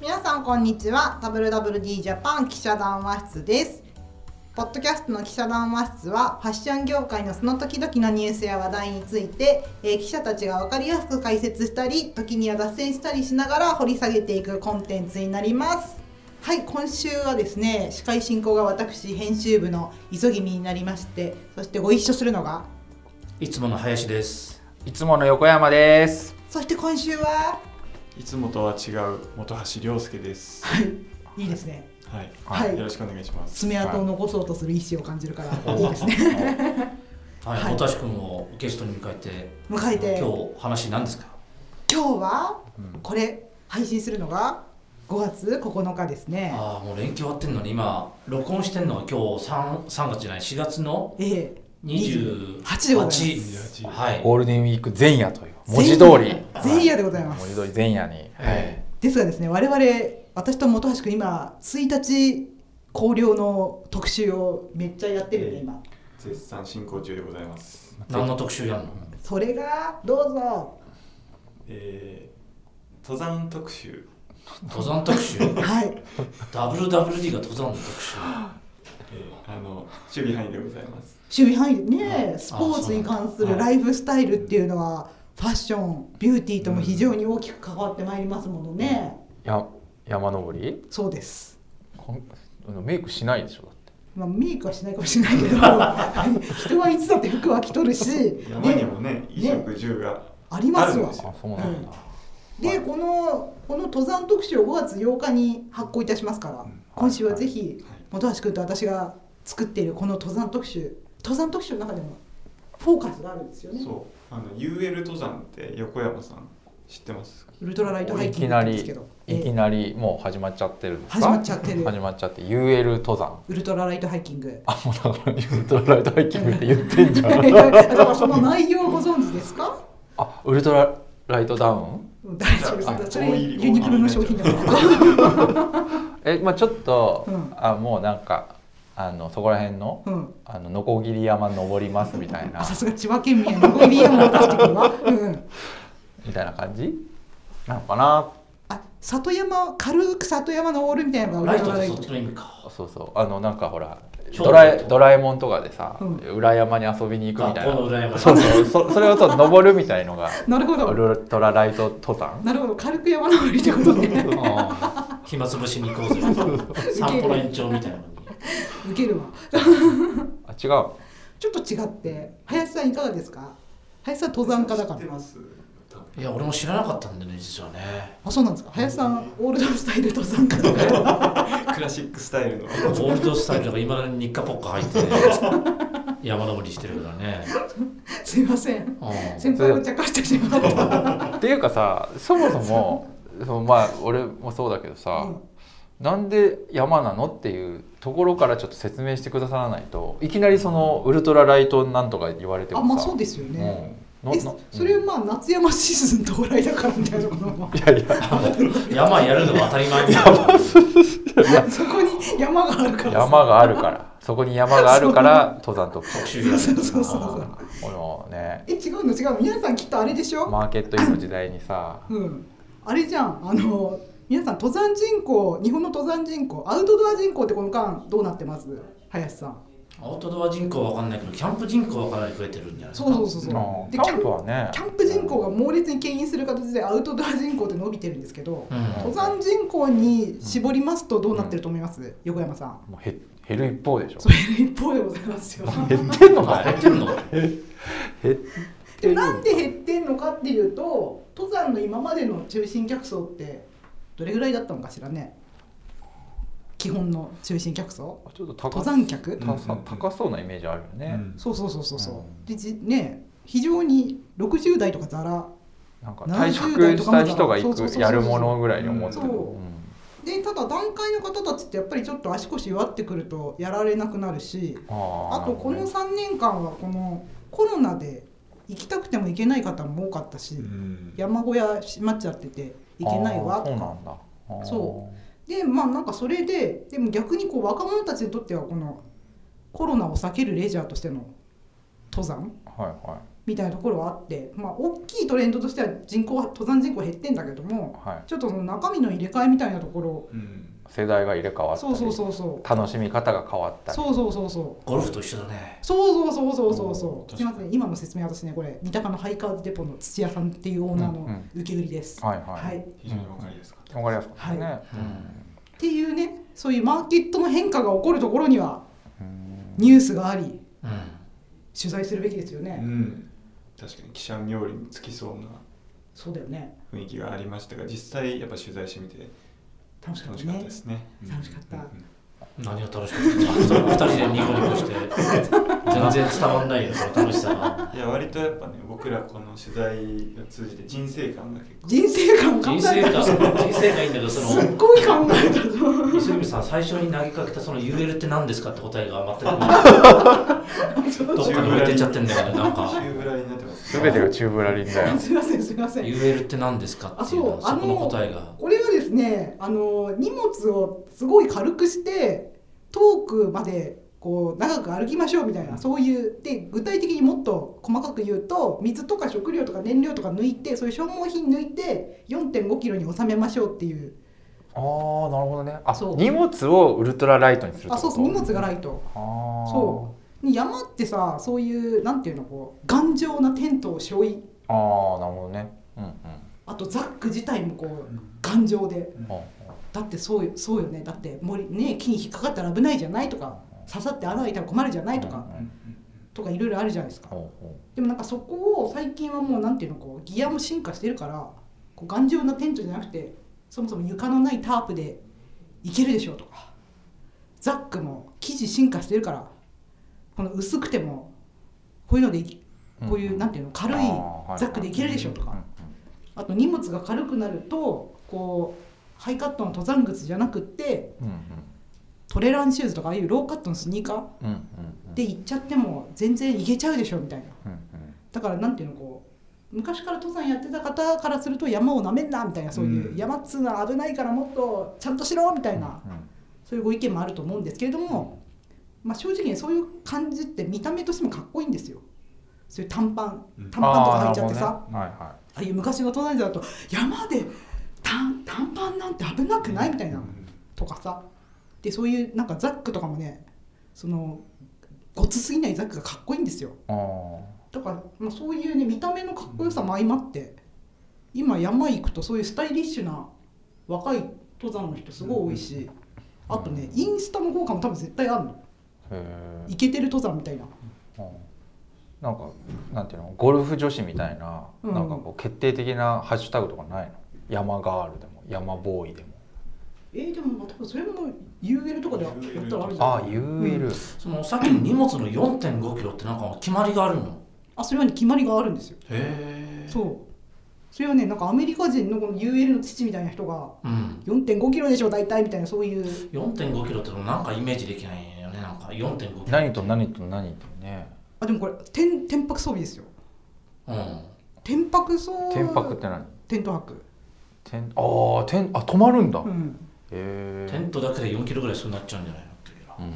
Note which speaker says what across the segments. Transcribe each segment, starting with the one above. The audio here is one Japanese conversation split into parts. Speaker 1: 皆さんこんにちは WWD ジャパン記者談話室ですポッドキャストの記者談話室はファッション業界のその時々のニュースや話題について、えー記者たちが分かりやすく解説したり時には脱線したりしながら掘り下げていくコンテンツになりますはい今週はですね司会進行が私編集部の急ぎみになりましてそしてご一緒するのが
Speaker 2: いつもの林です。
Speaker 3: いつもの横山です。
Speaker 1: そして今週はい
Speaker 4: つもとは違う本橋亮介です。
Speaker 1: はいいいですね
Speaker 4: はい、
Speaker 1: はい
Speaker 4: よろしくお願いします。
Speaker 1: 爪痕を残そうとする意思を感じるからいいですね
Speaker 2: ね。はい、
Speaker 1: はい
Speaker 2: 本橋君をゲストに迎えて、
Speaker 1: 迎えて
Speaker 2: 今日話なんですか。
Speaker 1: 今日はこれ配信するのが5月9日ですね。
Speaker 2: ああ、もう連休終わってんのに、今録音してんのは今日三三月じゃない、四月の
Speaker 1: ええ
Speaker 2: 二十
Speaker 1: 28でございます
Speaker 4: 28
Speaker 2: はい。
Speaker 3: ゴールデンウィーク前夜という文字通り、
Speaker 1: 前夜でございま
Speaker 3: 文字
Speaker 1: す。
Speaker 3: 通り前夜に、
Speaker 2: え
Speaker 1: ですがですね我々私と本橋君今1日高陵の特集をめっちゃやってるよね今。
Speaker 4: 絶賛進行中でございます。
Speaker 2: ー何の特集やんの。
Speaker 1: それがどうぞ
Speaker 4: えー、登山特集。
Speaker 2: 登山 特集。
Speaker 1: はい。
Speaker 2: WWD が登山の特集。
Speaker 4: えー、あの守備範囲でございます。
Speaker 1: 守備範囲でね
Speaker 2: あ
Speaker 1: スポーツに関す
Speaker 2: そうな
Speaker 1: る
Speaker 2: んだ
Speaker 1: ライフスタイルっていうのはファッションビューティーとも非常に大きく関わってまいりますものね。
Speaker 3: や山登り
Speaker 1: そうです。
Speaker 3: こんあのメイクしないでしょだって
Speaker 1: まあ、メイクはしないかもしれないけ ど人はいつだって服は着とるし
Speaker 4: 山にもね、衣食住が
Speaker 1: あります
Speaker 4: あるん
Speaker 1: わ
Speaker 4: ですよ
Speaker 3: あそうなんだ、
Speaker 1: でこのこの登山特集を5月8日に発行いたしますから、
Speaker 4: ん
Speaker 1: 今週はぜひ
Speaker 4: はい
Speaker 1: 本橋君と私が作っているこの登山特集登山特集の中でもフォーカスがあるんですよね
Speaker 4: そう、あの UL 登山って横山さん知ってますか？
Speaker 1: ウルトラライトハイ
Speaker 3: い
Speaker 1: キング
Speaker 3: き
Speaker 1: っ
Speaker 3: な
Speaker 1: て言うんです
Speaker 3: り
Speaker 1: けど、
Speaker 3: いき
Speaker 1: ええ
Speaker 3: なりもう始まっちゃってるんですか
Speaker 1: 始まっちゃってる
Speaker 3: 始まっちゃって UL 登山
Speaker 1: ウルトラライトハイキング
Speaker 3: あもうだからウルトラライトハイキングって言ってんじゃ
Speaker 1: だ か
Speaker 3: ん
Speaker 1: らその内容をご存知ですか
Speaker 3: あウルトラライトダウン
Speaker 1: 大丈夫ですそれ
Speaker 4: 大入り
Speaker 1: ユニクロの商品だから
Speaker 3: えまあちょっと、
Speaker 1: うん
Speaker 3: あもうなんかあのそこら辺の、
Speaker 1: うん
Speaker 3: あのノコギリ山登りますみたいな
Speaker 1: さすが千葉県民の BM を出してくるわ、うん
Speaker 3: みたいな感じなのかな
Speaker 1: あ里山軽く里山登るみたいな のがウ
Speaker 2: ライ
Speaker 1: ルト
Speaker 2: トっ
Speaker 1: ラ
Speaker 2: て
Speaker 1: ライ
Speaker 2: そ
Speaker 1: ト
Speaker 2: っちの意味か。
Speaker 3: そうそうあのなんかほら
Speaker 2: 超
Speaker 3: ドラ
Speaker 2: ライト
Speaker 3: えドラえもんとかでさ、
Speaker 1: うん
Speaker 3: 裏山に遊びに行くみ
Speaker 2: 学
Speaker 3: たい
Speaker 2: 校の
Speaker 3: な
Speaker 2: 裏山。
Speaker 3: そうそうそそれをそう登るみたい のが
Speaker 1: なるほ
Speaker 3: ウ
Speaker 1: ど
Speaker 3: ルトラライト登山
Speaker 1: なるほど軽く山登りってことね
Speaker 2: あー暇つぶしに行 こうぜ。散歩の延長みたいなのに。
Speaker 1: 受けるわ
Speaker 3: あ違う
Speaker 1: ちょっと違って林さんいかがですか林さん登山家だか
Speaker 4: 知って
Speaker 1: ら
Speaker 4: ます。多分
Speaker 2: いや、俺も知らなかったんだよね、実はね。
Speaker 1: あそうなんですか林さんオールドスタイル登山家だから
Speaker 4: クラシックスタイル の。
Speaker 2: オールドスタイルとか、今だにニッカポッカ入って、山登りしてるからね。
Speaker 1: すいません
Speaker 2: う
Speaker 1: 先輩を茶化してしまった
Speaker 3: っていうかさそもそ もそのまあ俺もそうだけどさ、
Speaker 1: うん
Speaker 3: なんで山なのっていうところからちょっと説明してくださらないといきなりそのウルトラライトなんとか言われても
Speaker 1: あ
Speaker 3: さ
Speaker 1: まあそうですよね、
Speaker 3: うんな
Speaker 1: え
Speaker 3: な
Speaker 1: それはまあ夏山シーズン到来だからみたいなところも
Speaker 3: い やいや
Speaker 2: ん山やるのは当たり前みたいな。
Speaker 1: そこに山があるから
Speaker 3: 山があるからそこに山があるから 登山特集
Speaker 2: 特集や
Speaker 1: そう
Speaker 2: る
Speaker 1: そうそうそう
Speaker 3: このね
Speaker 1: え違うの違う皆さんきっとあれでしょ
Speaker 3: マーケットインの時代にさ
Speaker 1: うん、あれじゃんあの皆さん登山人口日本の登山人口アウトドア人口ってこの間どうなってます林さん
Speaker 2: アウトドア人口は分かんないけど、キャンプ人口はかなり増えてるんじゃない
Speaker 1: そうそうそうそう
Speaker 3: キ
Speaker 1: でキ
Speaker 3: ャンプ
Speaker 1: ャン
Speaker 3: はね
Speaker 1: キャンプ人口が猛烈に牽引する形でアウトドア人口って伸びてるんですけど、
Speaker 2: うん
Speaker 1: 登山人口に絞りますとどうなってると思います、横山さん
Speaker 3: もう減減る一方でしょ
Speaker 1: それの一方でございますよ
Speaker 3: 減ってんの
Speaker 2: あ
Speaker 3: か
Speaker 2: 入
Speaker 3: い
Speaker 2: ってるの
Speaker 3: 減っ
Speaker 1: でもなんで減ってんのかっていうと登山の今までの中心客層ってどれぐらいだったのかしらね基本の中心客層
Speaker 3: ちょっと高
Speaker 1: 登山客、
Speaker 3: 高さ高そうなイメージあるよね、
Speaker 4: うん
Speaker 1: そうそうそうそうそう、
Speaker 3: うん
Speaker 1: でじね非常に60代とかザラ
Speaker 3: なんか
Speaker 1: 70
Speaker 3: 退職した人が
Speaker 1: 代と
Speaker 3: 行
Speaker 1: かもだ
Speaker 3: くやるものぐらいに思って
Speaker 1: そ
Speaker 3: る、
Speaker 1: う
Speaker 3: うん
Speaker 1: でただ団塊の方たちってやっぱりちょっと足腰弱ってくるとやられなくなるし
Speaker 3: あ
Speaker 1: あとこの
Speaker 3: ー
Speaker 1: 3年間はこのコロナで行きたくても行けない方も多かったし、
Speaker 4: うん
Speaker 1: 山小屋閉まっちゃってて行けないわ
Speaker 3: あー
Speaker 1: と
Speaker 3: そう
Speaker 1: か
Speaker 3: なんだあー
Speaker 1: そでまあなんかそれででも逆にこう若者たちにとってはこのコロナを避けるレジャーとしての登山
Speaker 3: はいは
Speaker 1: みたいなところはあって、まあ、大きいトレンドとしては人口は登山人口減ってんだけども
Speaker 3: はい、
Speaker 1: ちょっとその中身の入れ替えみたいなところ
Speaker 4: うん
Speaker 3: 世代が入れ替わった
Speaker 1: そう
Speaker 3: り
Speaker 1: そうそうそう
Speaker 3: 楽しみ方が変わったり
Speaker 1: そうそうそうそう
Speaker 2: ゴルフと一緒だね
Speaker 1: そうそうそうそうそうそううんすみません今の説明は私ねこれ三鷹のハイカーズデポの土屋さんっていうオーナー
Speaker 3: う
Speaker 1: の
Speaker 3: んうん
Speaker 1: 受け売りです、
Speaker 3: はいはい、
Speaker 1: はい、っ
Speaker 4: 非常にわかりやすかった
Speaker 3: わかりやすかったですね、
Speaker 1: は
Speaker 3: うん
Speaker 1: ていうねそういうマーケットの変化が起こるところには
Speaker 3: うん
Speaker 1: ニュースがあり
Speaker 2: うん
Speaker 1: 取材するべきですよね、
Speaker 4: うん確かに記者冥利につきそうな
Speaker 1: そうだよね
Speaker 4: 雰囲気がありましたが実際やっぱ取材してみて
Speaker 1: 楽しかっ
Speaker 4: 楽
Speaker 1: た
Speaker 4: しかった
Speaker 1: ね
Speaker 4: ですね
Speaker 1: 楽しかった
Speaker 4: うん
Speaker 2: 何が楽しかったの二人でニコニコして全然伝わんないよその楽しさが
Speaker 4: いや割とやっぱね僕らこの取材を通じて人生観が結構
Speaker 1: 人生観を考
Speaker 2: 人
Speaker 1: え
Speaker 2: 生
Speaker 1: た
Speaker 2: が人生がいいんだけど
Speaker 1: す
Speaker 2: そ
Speaker 1: っ
Speaker 2: の
Speaker 1: ごい考えたぞ
Speaker 2: 磯海さん最初に投げかけたその UL って何ですかって答えが全くどっかに置いてっちゃってんだよねなんか
Speaker 4: 中ぶらりになってます
Speaker 3: 全てが宙ぶらりんだよ
Speaker 1: すいませんすいません
Speaker 2: UL って何ですかっていうの
Speaker 1: あそう
Speaker 2: そこの
Speaker 1: あの
Speaker 2: 答えが
Speaker 1: これはですねあの荷物をすごい軽くして遠くまでこう長く歩きましょうみたいなそういうで具体的にもっと細かく言うと水とか食料とか燃料とか抜いてそういう消耗品抜いて4 5キロに収めましょうっていう
Speaker 3: ああーなるほどねあ
Speaker 1: そう
Speaker 3: 荷物をウルトラライトにするってこ
Speaker 1: あ
Speaker 3: と
Speaker 1: そうそう荷物がライト
Speaker 3: あ
Speaker 1: そ山ってさそういうなんていうのこう頑丈なテントを背負いう
Speaker 3: ああなるほどねうんうん
Speaker 1: あとザック自体もこう
Speaker 4: うん
Speaker 1: 頑丈で
Speaker 3: ほう
Speaker 1: だってそうよそうよねだって森ね木に引っかかったら危ないじゃないとか刺さって穴開いたら困るじゃないとか
Speaker 4: うんうん
Speaker 1: とかいろいろあるじゃないですか
Speaker 3: ほうほ
Speaker 1: でもなんかそこを最近はもうなんていうのこうギアも進化してるからこう頑丈なテントじゃなくてそもそも床のないタープでいけるでしょうとかザックも生地進化してるからこの薄くてもこういうのでいこういう、
Speaker 3: うん
Speaker 1: なんていうの軽い
Speaker 3: あーはい
Speaker 1: ザックでいけるでしょうとか、
Speaker 3: うんうん
Speaker 1: あと荷物が軽くなるとこうハイカットの登山靴じゃなくって
Speaker 3: うん
Speaker 1: トレランシューズとかああいうローカットのスニーカー
Speaker 3: うんうんうんうん
Speaker 1: で行っちゃっても全然いけちゃうでしょみたいな
Speaker 3: うんうん
Speaker 1: だからなんていうのこう昔から登山やってた方からすると山をなめんなみたいなそういううん山っつうのは危ないからもっとちゃんとしろみたいな
Speaker 3: うんうん
Speaker 1: そういうご意見もあると思うんですけれども、まあ、正直ねそういう感じって見た目としてもかっこいいんですよそういう短パン
Speaker 4: うん
Speaker 1: 短パンとか履いちゃってさ
Speaker 3: あーなるほどねはいは
Speaker 1: ああいう昔の登山者だと山で短短パンなんて危なくないみたいな
Speaker 4: うん
Speaker 1: とかさでそういうなんかザックとかもねそのごつすぎないザックがかっこいいんですよ
Speaker 3: いあ
Speaker 1: だから、まあ、そういうね見た目のかっこよさも相まって今山行くとそういうスタイリッシュな若い登山の人すごい多いしあとねインスタの効果も多分絶対あるの
Speaker 3: ーへ
Speaker 1: イケてる登山みたいな
Speaker 3: えなんかなんていうのゴルフ女子みたいな、
Speaker 1: うん
Speaker 3: なんかこう決定的なハッシュタグとかないの山ガールでも山ボーイでも
Speaker 1: えー、でもまあ多分それも UL とかでやったらあるじゃん
Speaker 3: ああ UL、
Speaker 2: そのさっきの荷物の4 5キロってなんか決まりがあるの
Speaker 1: あそれはね決まりがあるんですよ
Speaker 2: へえ
Speaker 1: そうそれはねなんかアメリカ人のこの UL の父みたいな人が
Speaker 2: うん
Speaker 1: 4 5キロでしょ大体みたいなそういう
Speaker 2: 4 5キロってのもなんかイメージできないよねなんか4 5キロ
Speaker 3: 何と何と何とね
Speaker 1: あでもこれ天天白装備ですよ
Speaker 2: うん
Speaker 1: 天白装
Speaker 3: 天白って何
Speaker 1: テント泊
Speaker 3: 天ああ天あ止まるんだ、
Speaker 1: う
Speaker 3: へ
Speaker 1: ん
Speaker 3: え
Speaker 2: テントだけで4キロぐらいそうなっちゃうんじゃないのっていう
Speaker 3: うん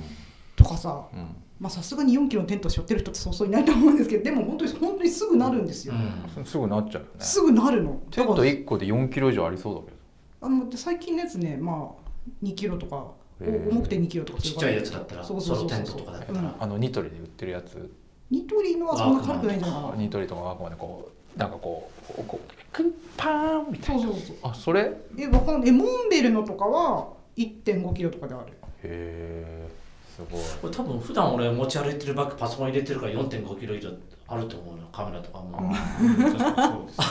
Speaker 1: とかさ
Speaker 3: うん
Speaker 1: まあさすがに4キロのテント背負ってる人ってそうそういないと思うんですけどでも本当に本当にすぐなるんですよ、
Speaker 2: う
Speaker 3: すすぐなっちゃうよね
Speaker 1: すぐなるの
Speaker 3: テン
Speaker 1: だか
Speaker 3: ト
Speaker 1: ら
Speaker 3: 1個で4キロ以上ありそうだけど
Speaker 1: あので最近のやつねまあ2キロとか
Speaker 3: へー
Speaker 1: 重くて2キロとか
Speaker 2: ん、ちっちゃいやつだったら
Speaker 1: そ
Speaker 2: そうの
Speaker 1: そうそうそう
Speaker 2: テントとかだったら、
Speaker 1: うん
Speaker 3: あのニトリで売ってるやつ
Speaker 1: ニトリのはそんな軽くないんじゃないかな
Speaker 3: ニトリとかあくまでこうなんかこうこうこうクッパーンみたい
Speaker 1: そう
Speaker 3: な
Speaker 1: そうそう
Speaker 3: あそれへ
Speaker 1: えわかんえモンベルのとかは1 5キロとかである
Speaker 3: えすごい
Speaker 2: これ多分普段俺持ち歩いてるバッグパソコン入れてるから4 5キロ以上あると思うのカメラとかも
Speaker 4: 確かにそうですね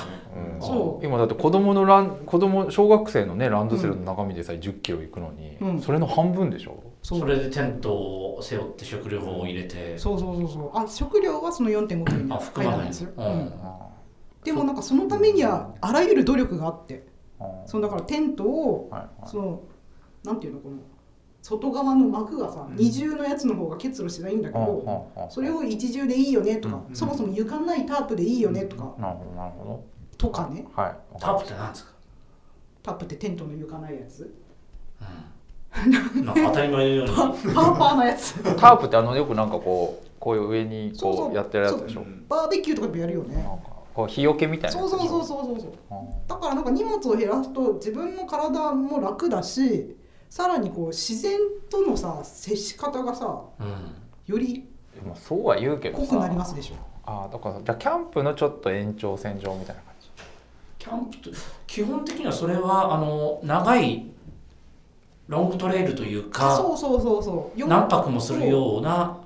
Speaker 3: うん
Speaker 1: そう
Speaker 3: 今だって子供のラン子供小学生のねランドセルの中身でさえ10キロいくのに、
Speaker 1: うん
Speaker 3: それの半分でしょ
Speaker 1: そう
Speaker 2: それでテントを背負って食料を入れて
Speaker 1: そうそうそうそうあ食料はその4 5キロに
Speaker 2: あ
Speaker 1: 入
Speaker 2: 含ま
Speaker 1: らな
Speaker 2: ない
Speaker 1: んで
Speaker 2: い
Speaker 1: すよ、
Speaker 2: の
Speaker 1: うんでもなんかそのためにはあらゆる努力があってそのだからテントを
Speaker 3: はいはい
Speaker 1: そのなんていうのこの外側の膜がさ
Speaker 4: うん
Speaker 1: 二重のやつの方が結露しないんだけど
Speaker 3: あああ
Speaker 1: それを一重でいいよねとか
Speaker 4: うん
Speaker 1: そもそも床ないタープでいいよねとか
Speaker 3: なるほどなるほ
Speaker 1: とかね
Speaker 3: どはいわ
Speaker 2: タ
Speaker 3: か
Speaker 2: ー
Speaker 3: り
Speaker 2: プって何ですか、
Speaker 1: タープってテントの床ないやつ
Speaker 2: うん、なんか当たり前のよう に
Speaker 1: パーパーなやつ
Speaker 3: ましたタープってあのよくなんかこうこういう上に
Speaker 1: そうそう
Speaker 3: こうやってるやつでしょ
Speaker 4: そううん
Speaker 1: バーベキューとかでもやるよね
Speaker 3: なんかこう日よけみたいな
Speaker 1: そう
Speaker 3: やつ
Speaker 1: そ
Speaker 3: で
Speaker 1: う
Speaker 3: しょ
Speaker 1: そうそうそうそう
Speaker 3: うん
Speaker 1: だからなんか荷物を減らすと自分の体も楽だしさらにこう自然とのさ接し方がさよ
Speaker 2: うん
Speaker 1: り
Speaker 3: まあ、そうは言うけど
Speaker 1: 濃
Speaker 3: さ
Speaker 1: くなりますでしょ
Speaker 3: ああだからじゃあキャンプのちょっと延長線上みたいな感じ
Speaker 2: キャンプと基本的にはそれはあの長いロングトレイルというか
Speaker 1: そうそうそうそうよ
Speaker 2: 何泊もするような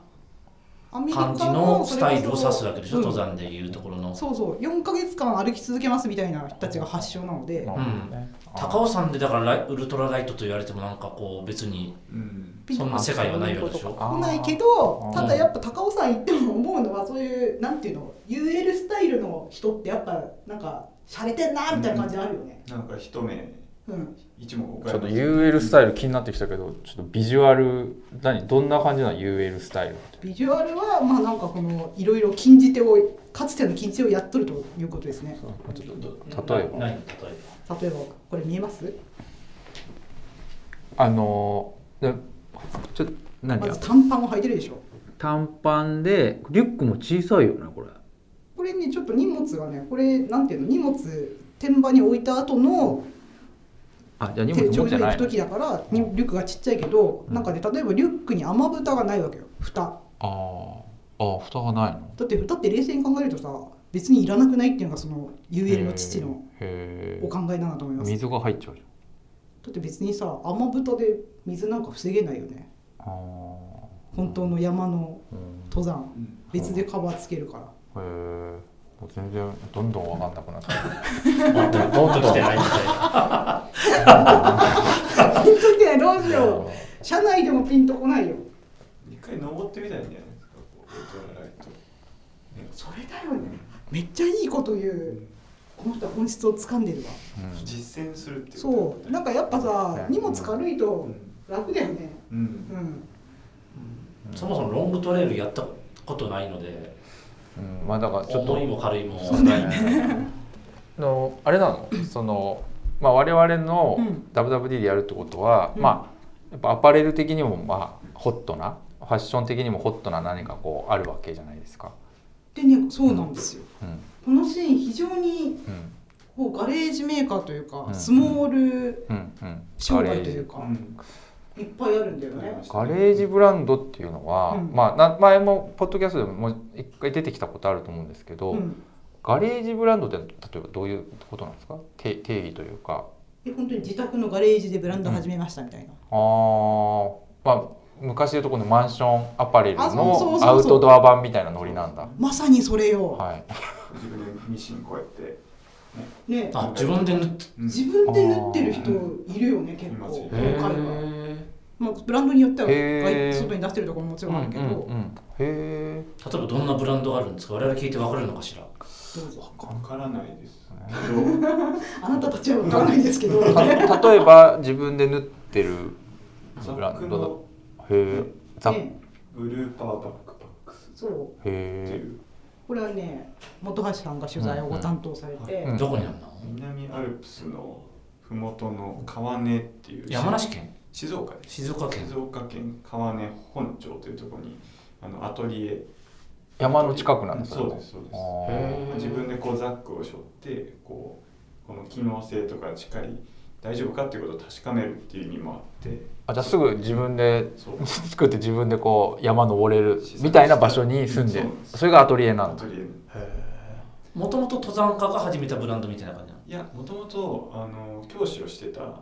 Speaker 1: アメリカ
Speaker 2: 感じのスタイルを指すわけでしょ
Speaker 1: うん
Speaker 2: 登山でいうところの
Speaker 1: そうそう4か月間歩き続けますみたいな人たちが発祥なので
Speaker 3: なるほどね
Speaker 2: 高尾山でだからライウルトラライトと言われてもなんかこう別に
Speaker 4: うん
Speaker 1: ピン
Speaker 2: そ
Speaker 1: と
Speaker 2: んな世界はないわけでしょ
Speaker 1: 来
Speaker 3: あ
Speaker 1: ないけ
Speaker 3: あ
Speaker 1: ど
Speaker 3: ー
Speaker 1: ただやっぱ高尾山行っても思うのはそういうなんていうの UL スタイルの人ってやっぱなんか洒落てんなみたいな感じあるよね、
Speaker 4: なんか一目
Speaker 1: うん、
Speaker 4: 一目置か
Speaker 3: ちょ
Speaker 4: れ
Speaker 3: っと
Speaker 4: ます
Speaker 3: UL スタイル気になってきたけどちょっとビジュアル何どんな感じなの UL スタイルって
Speaker 1: ビジュアルはまあなんかこのいろいろ禁じ手をかつての禁じ手をやっとるということですね
Speaker 3: そうちょっと
Speaker 2: な
Speaker 3: 例え
Speaker 2: な
Speaker 3: ば
Speaker 2: い例え
Speaker 1: 例えばこれ見えます
Speaker 3: あのでちょっと何
Speaker 1: ま
Speaker 3: が
Speaker 1: ず短パンを履いてるでしょ
Speaker 3: 短パンでリュックも小さいよねこれ
Speaker 1: これねちょっと荷物がねこれなんていうの荷物天場に置いた後の
Speaker 3: あじゃあ荷
Speaker 1: 手
Speaker 3: 物
Speaker 1: 帳
Speaker 3: 持
Speaker 1: に
Speaker 3: じゃ
Speaker 1: 行
Speaker 3: な
Speaker 1: く
Speaker 3: いの
Speaker 1: 時だからにリュックがちっちゃいけど、
Speaker 3: うん
Speaker 1: なんかね例えばリュックに雨蓋がないわけよ蓋
Speaker 3: あーあ蓋がないの
Speaker 1: だって蓋って冷静に考えるとさ別にいらなくないっていうのがその UL の父の
Speaker 3: へー
Speaker 1: お考えだなと思いますだ
Speaker 3: 水が入っちゃうじ
Speaker 1: って別にさ雨蓋で水なんか防げないよね
Speaker 3: ゃんあ
Speaker 1: 本当の山の
Speaker 3: ーうん
Speaker 1: 登山
Speaker 4: うん
Speaker 1: 別でカバーつけるから
Speaker 3: へえもう全然どんどん分かんなくなって
Speaker 2: ばもっともっと来てないみたいな
Speaker 1: 本当にねどうし
Speaker 3: き
Speaker 1: よ
Speaker 3: よ
Speaker 1: う車内でもピンとこないよ
Speaker 4: 一回登ってみたいんじゃないですかこうウルトラライト
Speaker 1: それだよねめっちゃいいこと言
Speaker 4: う
Speaker 1: うんこの人は本質をつかんでるわ
Speaker 4: 実践するっていうこ
Speaker 1: そ
Speaker 4: と
Speaker 1: うなんかやっぱさ荷物軽いうと
Speaker 4: ん
Speaker 1: 楽だよね
Speaker 4: うん
Speaker 1: うん
Speaker 2: そもそもロングトレイルやったことないので
Speaker 3: うん、まあだからちょっと
Speaker 2: 重いも軽いも
Speaker 3: そう
Speaker 2: ない
Speaker 3: ねあのあれなのその、まあ、我々の
Speaker 1: うん
Speaker 3: WWD でやるってことは、
Speaker 1: うん
Speaker 3: まあやっぱアパレル的にもまあホットなファッション的にもホットな何かこうあるわけじゃないですか。
Speaker 1: でねそうなんですよ
Speaker 3: うん
Speaker 1: このシーン非常に
Speaker 3: うん
Speaker 1: こうガレージメーカーというか、
Speaker 3: うん
Speaker 1: スモール
Speaker 3: うんうん、
Speaker 1: 商売というか
Speaker 4: う、ん
Speaker 1: いっぱいあるんだよね。
Speaker 3: ガレージブランドっていうのは、
Speaker 1: うん
Speaker 3: まあ、な前もポッドキャストでも一回出てきたことあると思うんですけど、
Speaker 1: うん、
Speaker 3: ガレージブランドって例えばどういうことなんですかて定義というか
Speaker 1: で本当に自宅のガレージでブランド始めましたみたいな。
Speaker 3: あーまあ昔でとこのマンションアパレル
Speaker 1: あそうそうそう
Speaker 3: の
Speaker 1: そう
Speaker 3: アウトドア版みたいなノリなんだ
Speaker 1: まさにそれよ。
Speaker 3: はい
Speaker 4: 自分でミシンこうやって
Speaker 1: ね、
Speaker 2: あ自分で塗って
Speaker 4: うん
Speaker 1: 自分で縫ってる人いるよね、結構。
Speaker 4: いますよ
Speaker 1: この
Speaker 4: へ
Speaker 1: 彼は。まあ、ブランドによっては
Speaker 3: へー
Speaker 1: 外外に出してるところももちろんあるけど、
Speaker 3: うんうんうんへえ
Speaker 2: 例えばどんなブランドがあるんですか我々聞いてわかるのかしら
Speaker 1: どうぞ。
Speaker 4: わからないですけ
Speaker 1: あなたたちはわからないですけ ど。
Speaker 3: 例えば自分で縫ってる
Speaker 4: ど
Speaker 3: ブランド
Speaker 4: の
Speaker 3: だへえザへ
Speaker 1: ね、
Speaker 4: ブルーパーバックパックス
Speaker 1: そう。
Speaker 4: っ
Speaker 3: え
Speaker 4: ていう
Speaker 1: これはね、本橋さんが取材をご担当されて、
Speaker 3: うん
Speaker 2: どこにあるの
Speaker 4: 南アルプスのふもとの川根っていう
Speaker 2: 山梨県
Speaker 4: 静岡です
Speaker 2: 静岡県
Speaker 4: 静岡県川根本町というところにあのアトリエ
Speaker 3: 山の近くなんです
Speaker 4: そうですそうです
Speaker 2: へー
Speaker 4: 自分でこうザックを背負ってこうこの機能性とかしっかり大丈夫かっていうことを確かめるっていう意味もあって
Speaker 3: あじゃあすぐ自分で
Speaker 4: そう
Speaker 3: 作って自分でこう山登れるみたいな場所に住んで
Speaker 4: そうです
Speaker 3: それがアトリエな
Speaker 4: ア
Speaker 3: んだ
Speaker 4: トリエ
Speaker 2: もともと登山家が始めたブランドみたいな感じない
Speaker 4: やもともとあの教師をしてた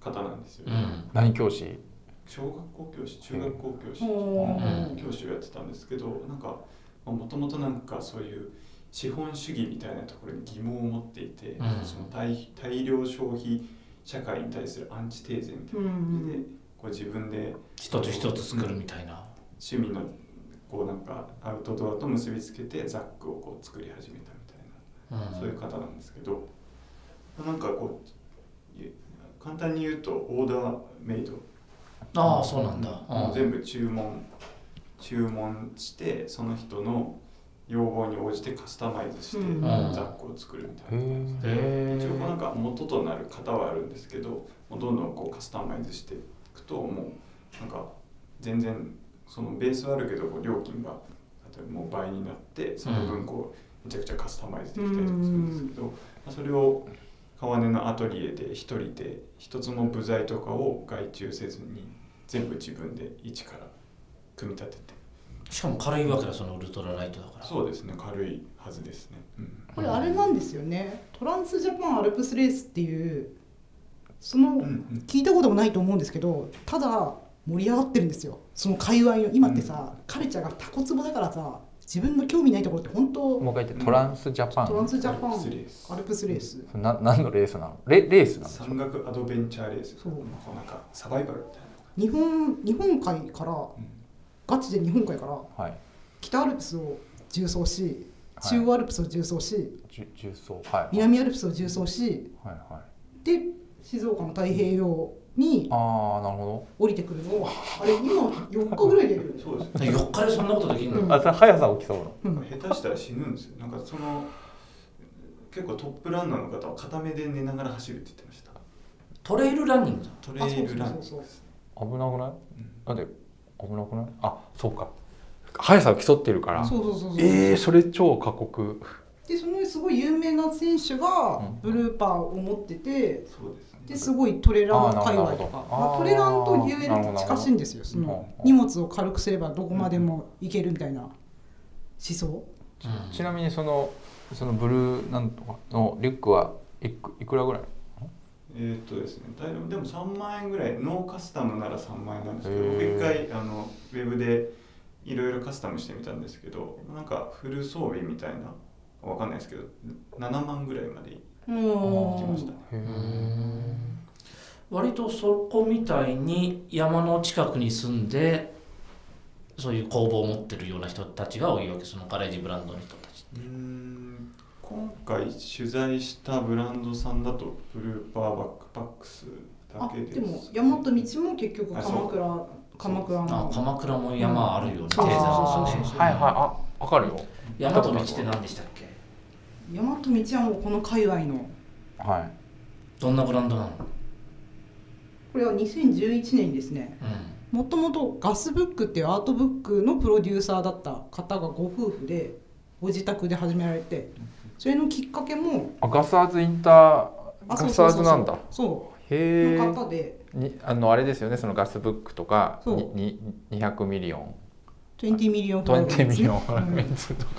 Speaker 4: 方なんですよ、
Speaker 2: のうん
Speaker 3: 何教師
Speaker 4: 小学校教師中学校教師、
Speaker 1: おー
Speaker 4: 教師をやってたんですけどなんかもともとなんかそういう資本主義みたいなところに疑問を持っていて、
Speaker 2: うん
Speaker 4: その大大量消費社会に対するアンチテーゼみたいな感じで、こう自分で
Speaker 2: 一つ一つ作るみたいな
Speaker 4: 趣味のこうなんかアウトドアと結びつけてザックをこう作り始めたみたいな
Speaker 2: うん
Speaker 4: そういう方なんですけど、なんかこうゆ簡単に言うとオーダーメイド、
Speaker 2: ああそうなんだ
Speaker 4: もう
Speaker 2: うん
Speaker 4: 全部注文注文してその人の要望に応じてカスタマイズして
Speaker 1: うん
Speaker 4: ザックを作るみた
Speaker 3: へ
Speaker 4: いな感じで、
Speaker 2: へ
Speaker 4: 一応なん
Speaker 2: え
Speaker 4: か元となる型はあるんですけどもうどんどんこうカスタマイズしていくともうなんか全然そのベースはあるけどこう料金が例えばもう倍になってその分こうめちゃくちゃカスタマイズできたりとかするんですけど、まあそれを川根のアトリエで一人で一つも部材とかを外注せずに全部自分で一から組み立てて
Speaker 2: しかも軽いわけだそのウルトラライトだから
Speaker 4: そうですね軽いはずですね、うん、
Speaker 1: これあれなんですよねトランスジャパンアルプスレースっていうその
Speaker 4: ん
Speaker 1: 聞いたこともないと思うんですけどただ盛り上がってるんですよその界隈の今ってさ、カルチャーがタコツボだからさ自分の興味ないところって本
Speaker 3: もう
Speaker 1: 当
Speaker 3: 一回言ってトランスジャパ
Speaker 1: トラン
Speaker 3: ン、
Speaker 1: スジャパン
Speaker 4: アルプスレース
Speaker 1: アルプスレース
Speaker 3: な何のレースなのレレースなの
Speaker 4: 山岳アドベンチャーレース
Speaker 1: そう
Speaker 4: こうなんかサバイバルみたいなのが
Speaker 1: 日本日本海からガチで日本海から
Speaker 3: はい
Speaker 1: 北アルプスを縦走し
Speaker 3: はい
Speaker 1: 中央アルプスを縦走し、
Speaker 3: じ重曹はいはい
Speaker 1: 南アルプスを縦走し
Speaker 3: はい
Speaker 1: で静岡の太平洋に
Speaker 3: ああなるほ
Speaker 1: 降りてくるのをあれ今4日ぐらいでやるよね
Speaker 4: そうですね
Speaker 2: 4日でそんなことできるの、
Speaker 1: うん
Speaker 3: どあそれ速さ起きそうな
Speaker 1: う
Speaker 4: なん
Speaker 1: ん
Speaker 4: か下手したら死ぬんですよなんかその結構トップランナーの方は片目で寝ながら走るって言ってました
Speaker 2: トレイルランニングだ
Speaker 4: トレイルランナーです
Speaker 1: あそうそうそう
Speaker 4: ね
Speaker 1: そ
Speaker 3: 危なくない
Speaker 4: うん
Speaker 3: だって危なくないあそうか速さを競ってるから
Speaker 1: そうそうそうそう
Speaker 3: ええー、それ超過酷
Speaker 1: でそのすごい有名な選手がブルーパーを持ってて
Speaker 4: そうですね
Speaker 1: ですごいトレラン界隈とか
Speaker 3: あーなるほど
Speaker 1: まあトレランと UL 近しいんですよそ
Speaker 3: なる
Speaker 1: の
Speaker 3: ほど
Speaker 1: 荷物を軽くすればどこまでも行けるみたいな思想
Speaker 2: うん
Speaker 3: ちなみにそのそのブルーなんとかのリュックはいくいくらぐらい
Speaker 4: えーっとですね大体でも3万円ぐらいノーカスタムなら3万円なんですけ
Speaker 3: へ
Speaker 4: ど僕
Speaker 3: ー
Speaker 4: 一回あのウェブでいろいろカスタムしてみたんですけどなんかフル装備みたいなわかんないですけど7万ぐらいまでいき
Speaker 1: うん
Speaker 4: ましたね
Speaker 3: へ
Speaker 2: 割とそこみたいに山の近くに住んでそういう工房を持ってるような人たちが多いわけそのガレージブランドの人たち
Speaker 4: うーん今回取材したブランドさんだとブルーパーバックパックスだ
Speaker 1: あ
Speaker 4: けです
Speaker 1: でも大和道も結局鎌倉鎌倉
Speaker 2: あ
Speaker 1: の
Speaker 2: 鎌倉も山あるよね、
Speaker 1: うん
Speaker 2: 低
Speaker 1: あ
Speaker 2: 山
Speaker 1: ー
Speaker 2: と
Speaker 1: そうそ
Speaker 2: か
Speaker 1: う
Speaker 2: ね
Speaker 1: そう
Speaker 3: はいはいあわかるよ
Speaker 2: 山と道って何でしたっけ
Speaker 1: 大和道はもうこの界隈の
Speaker 3: はい
Speaker 2: どんなブランドなの、
Speaker 1: これは2011年にですね
Speaker 2: う
Speaker 1: もともとガスブックっていうアートブックのプロデューサーだった方がご夫婦でご自宅で始められてそれのきっかけも
Speaker 3: あガスアーズインター
Speaker 1: あ
Speaker 3: ガ
Speaker 1: そう
Speaker 3: ス
Speaker 1: そ
Speaker 3: ア
Speaker 1: う
Speaker 3: ー
Speaker 1: そ
Speaker 3: ズ
Speaker 1: う
Speaker 3: なんだ
Speaker 1: そう
Speaker 3: へえ
Speaker 1: の方で
Speaker 3: にあのあれですよねそのガスブックとか
Speaker 1: そう
Speaker 3: にに200ミリオン
Speaker 1: 20ミリオン
Speaker 3: 20ミリオン
Speaker 1: うん
Speaker 3: と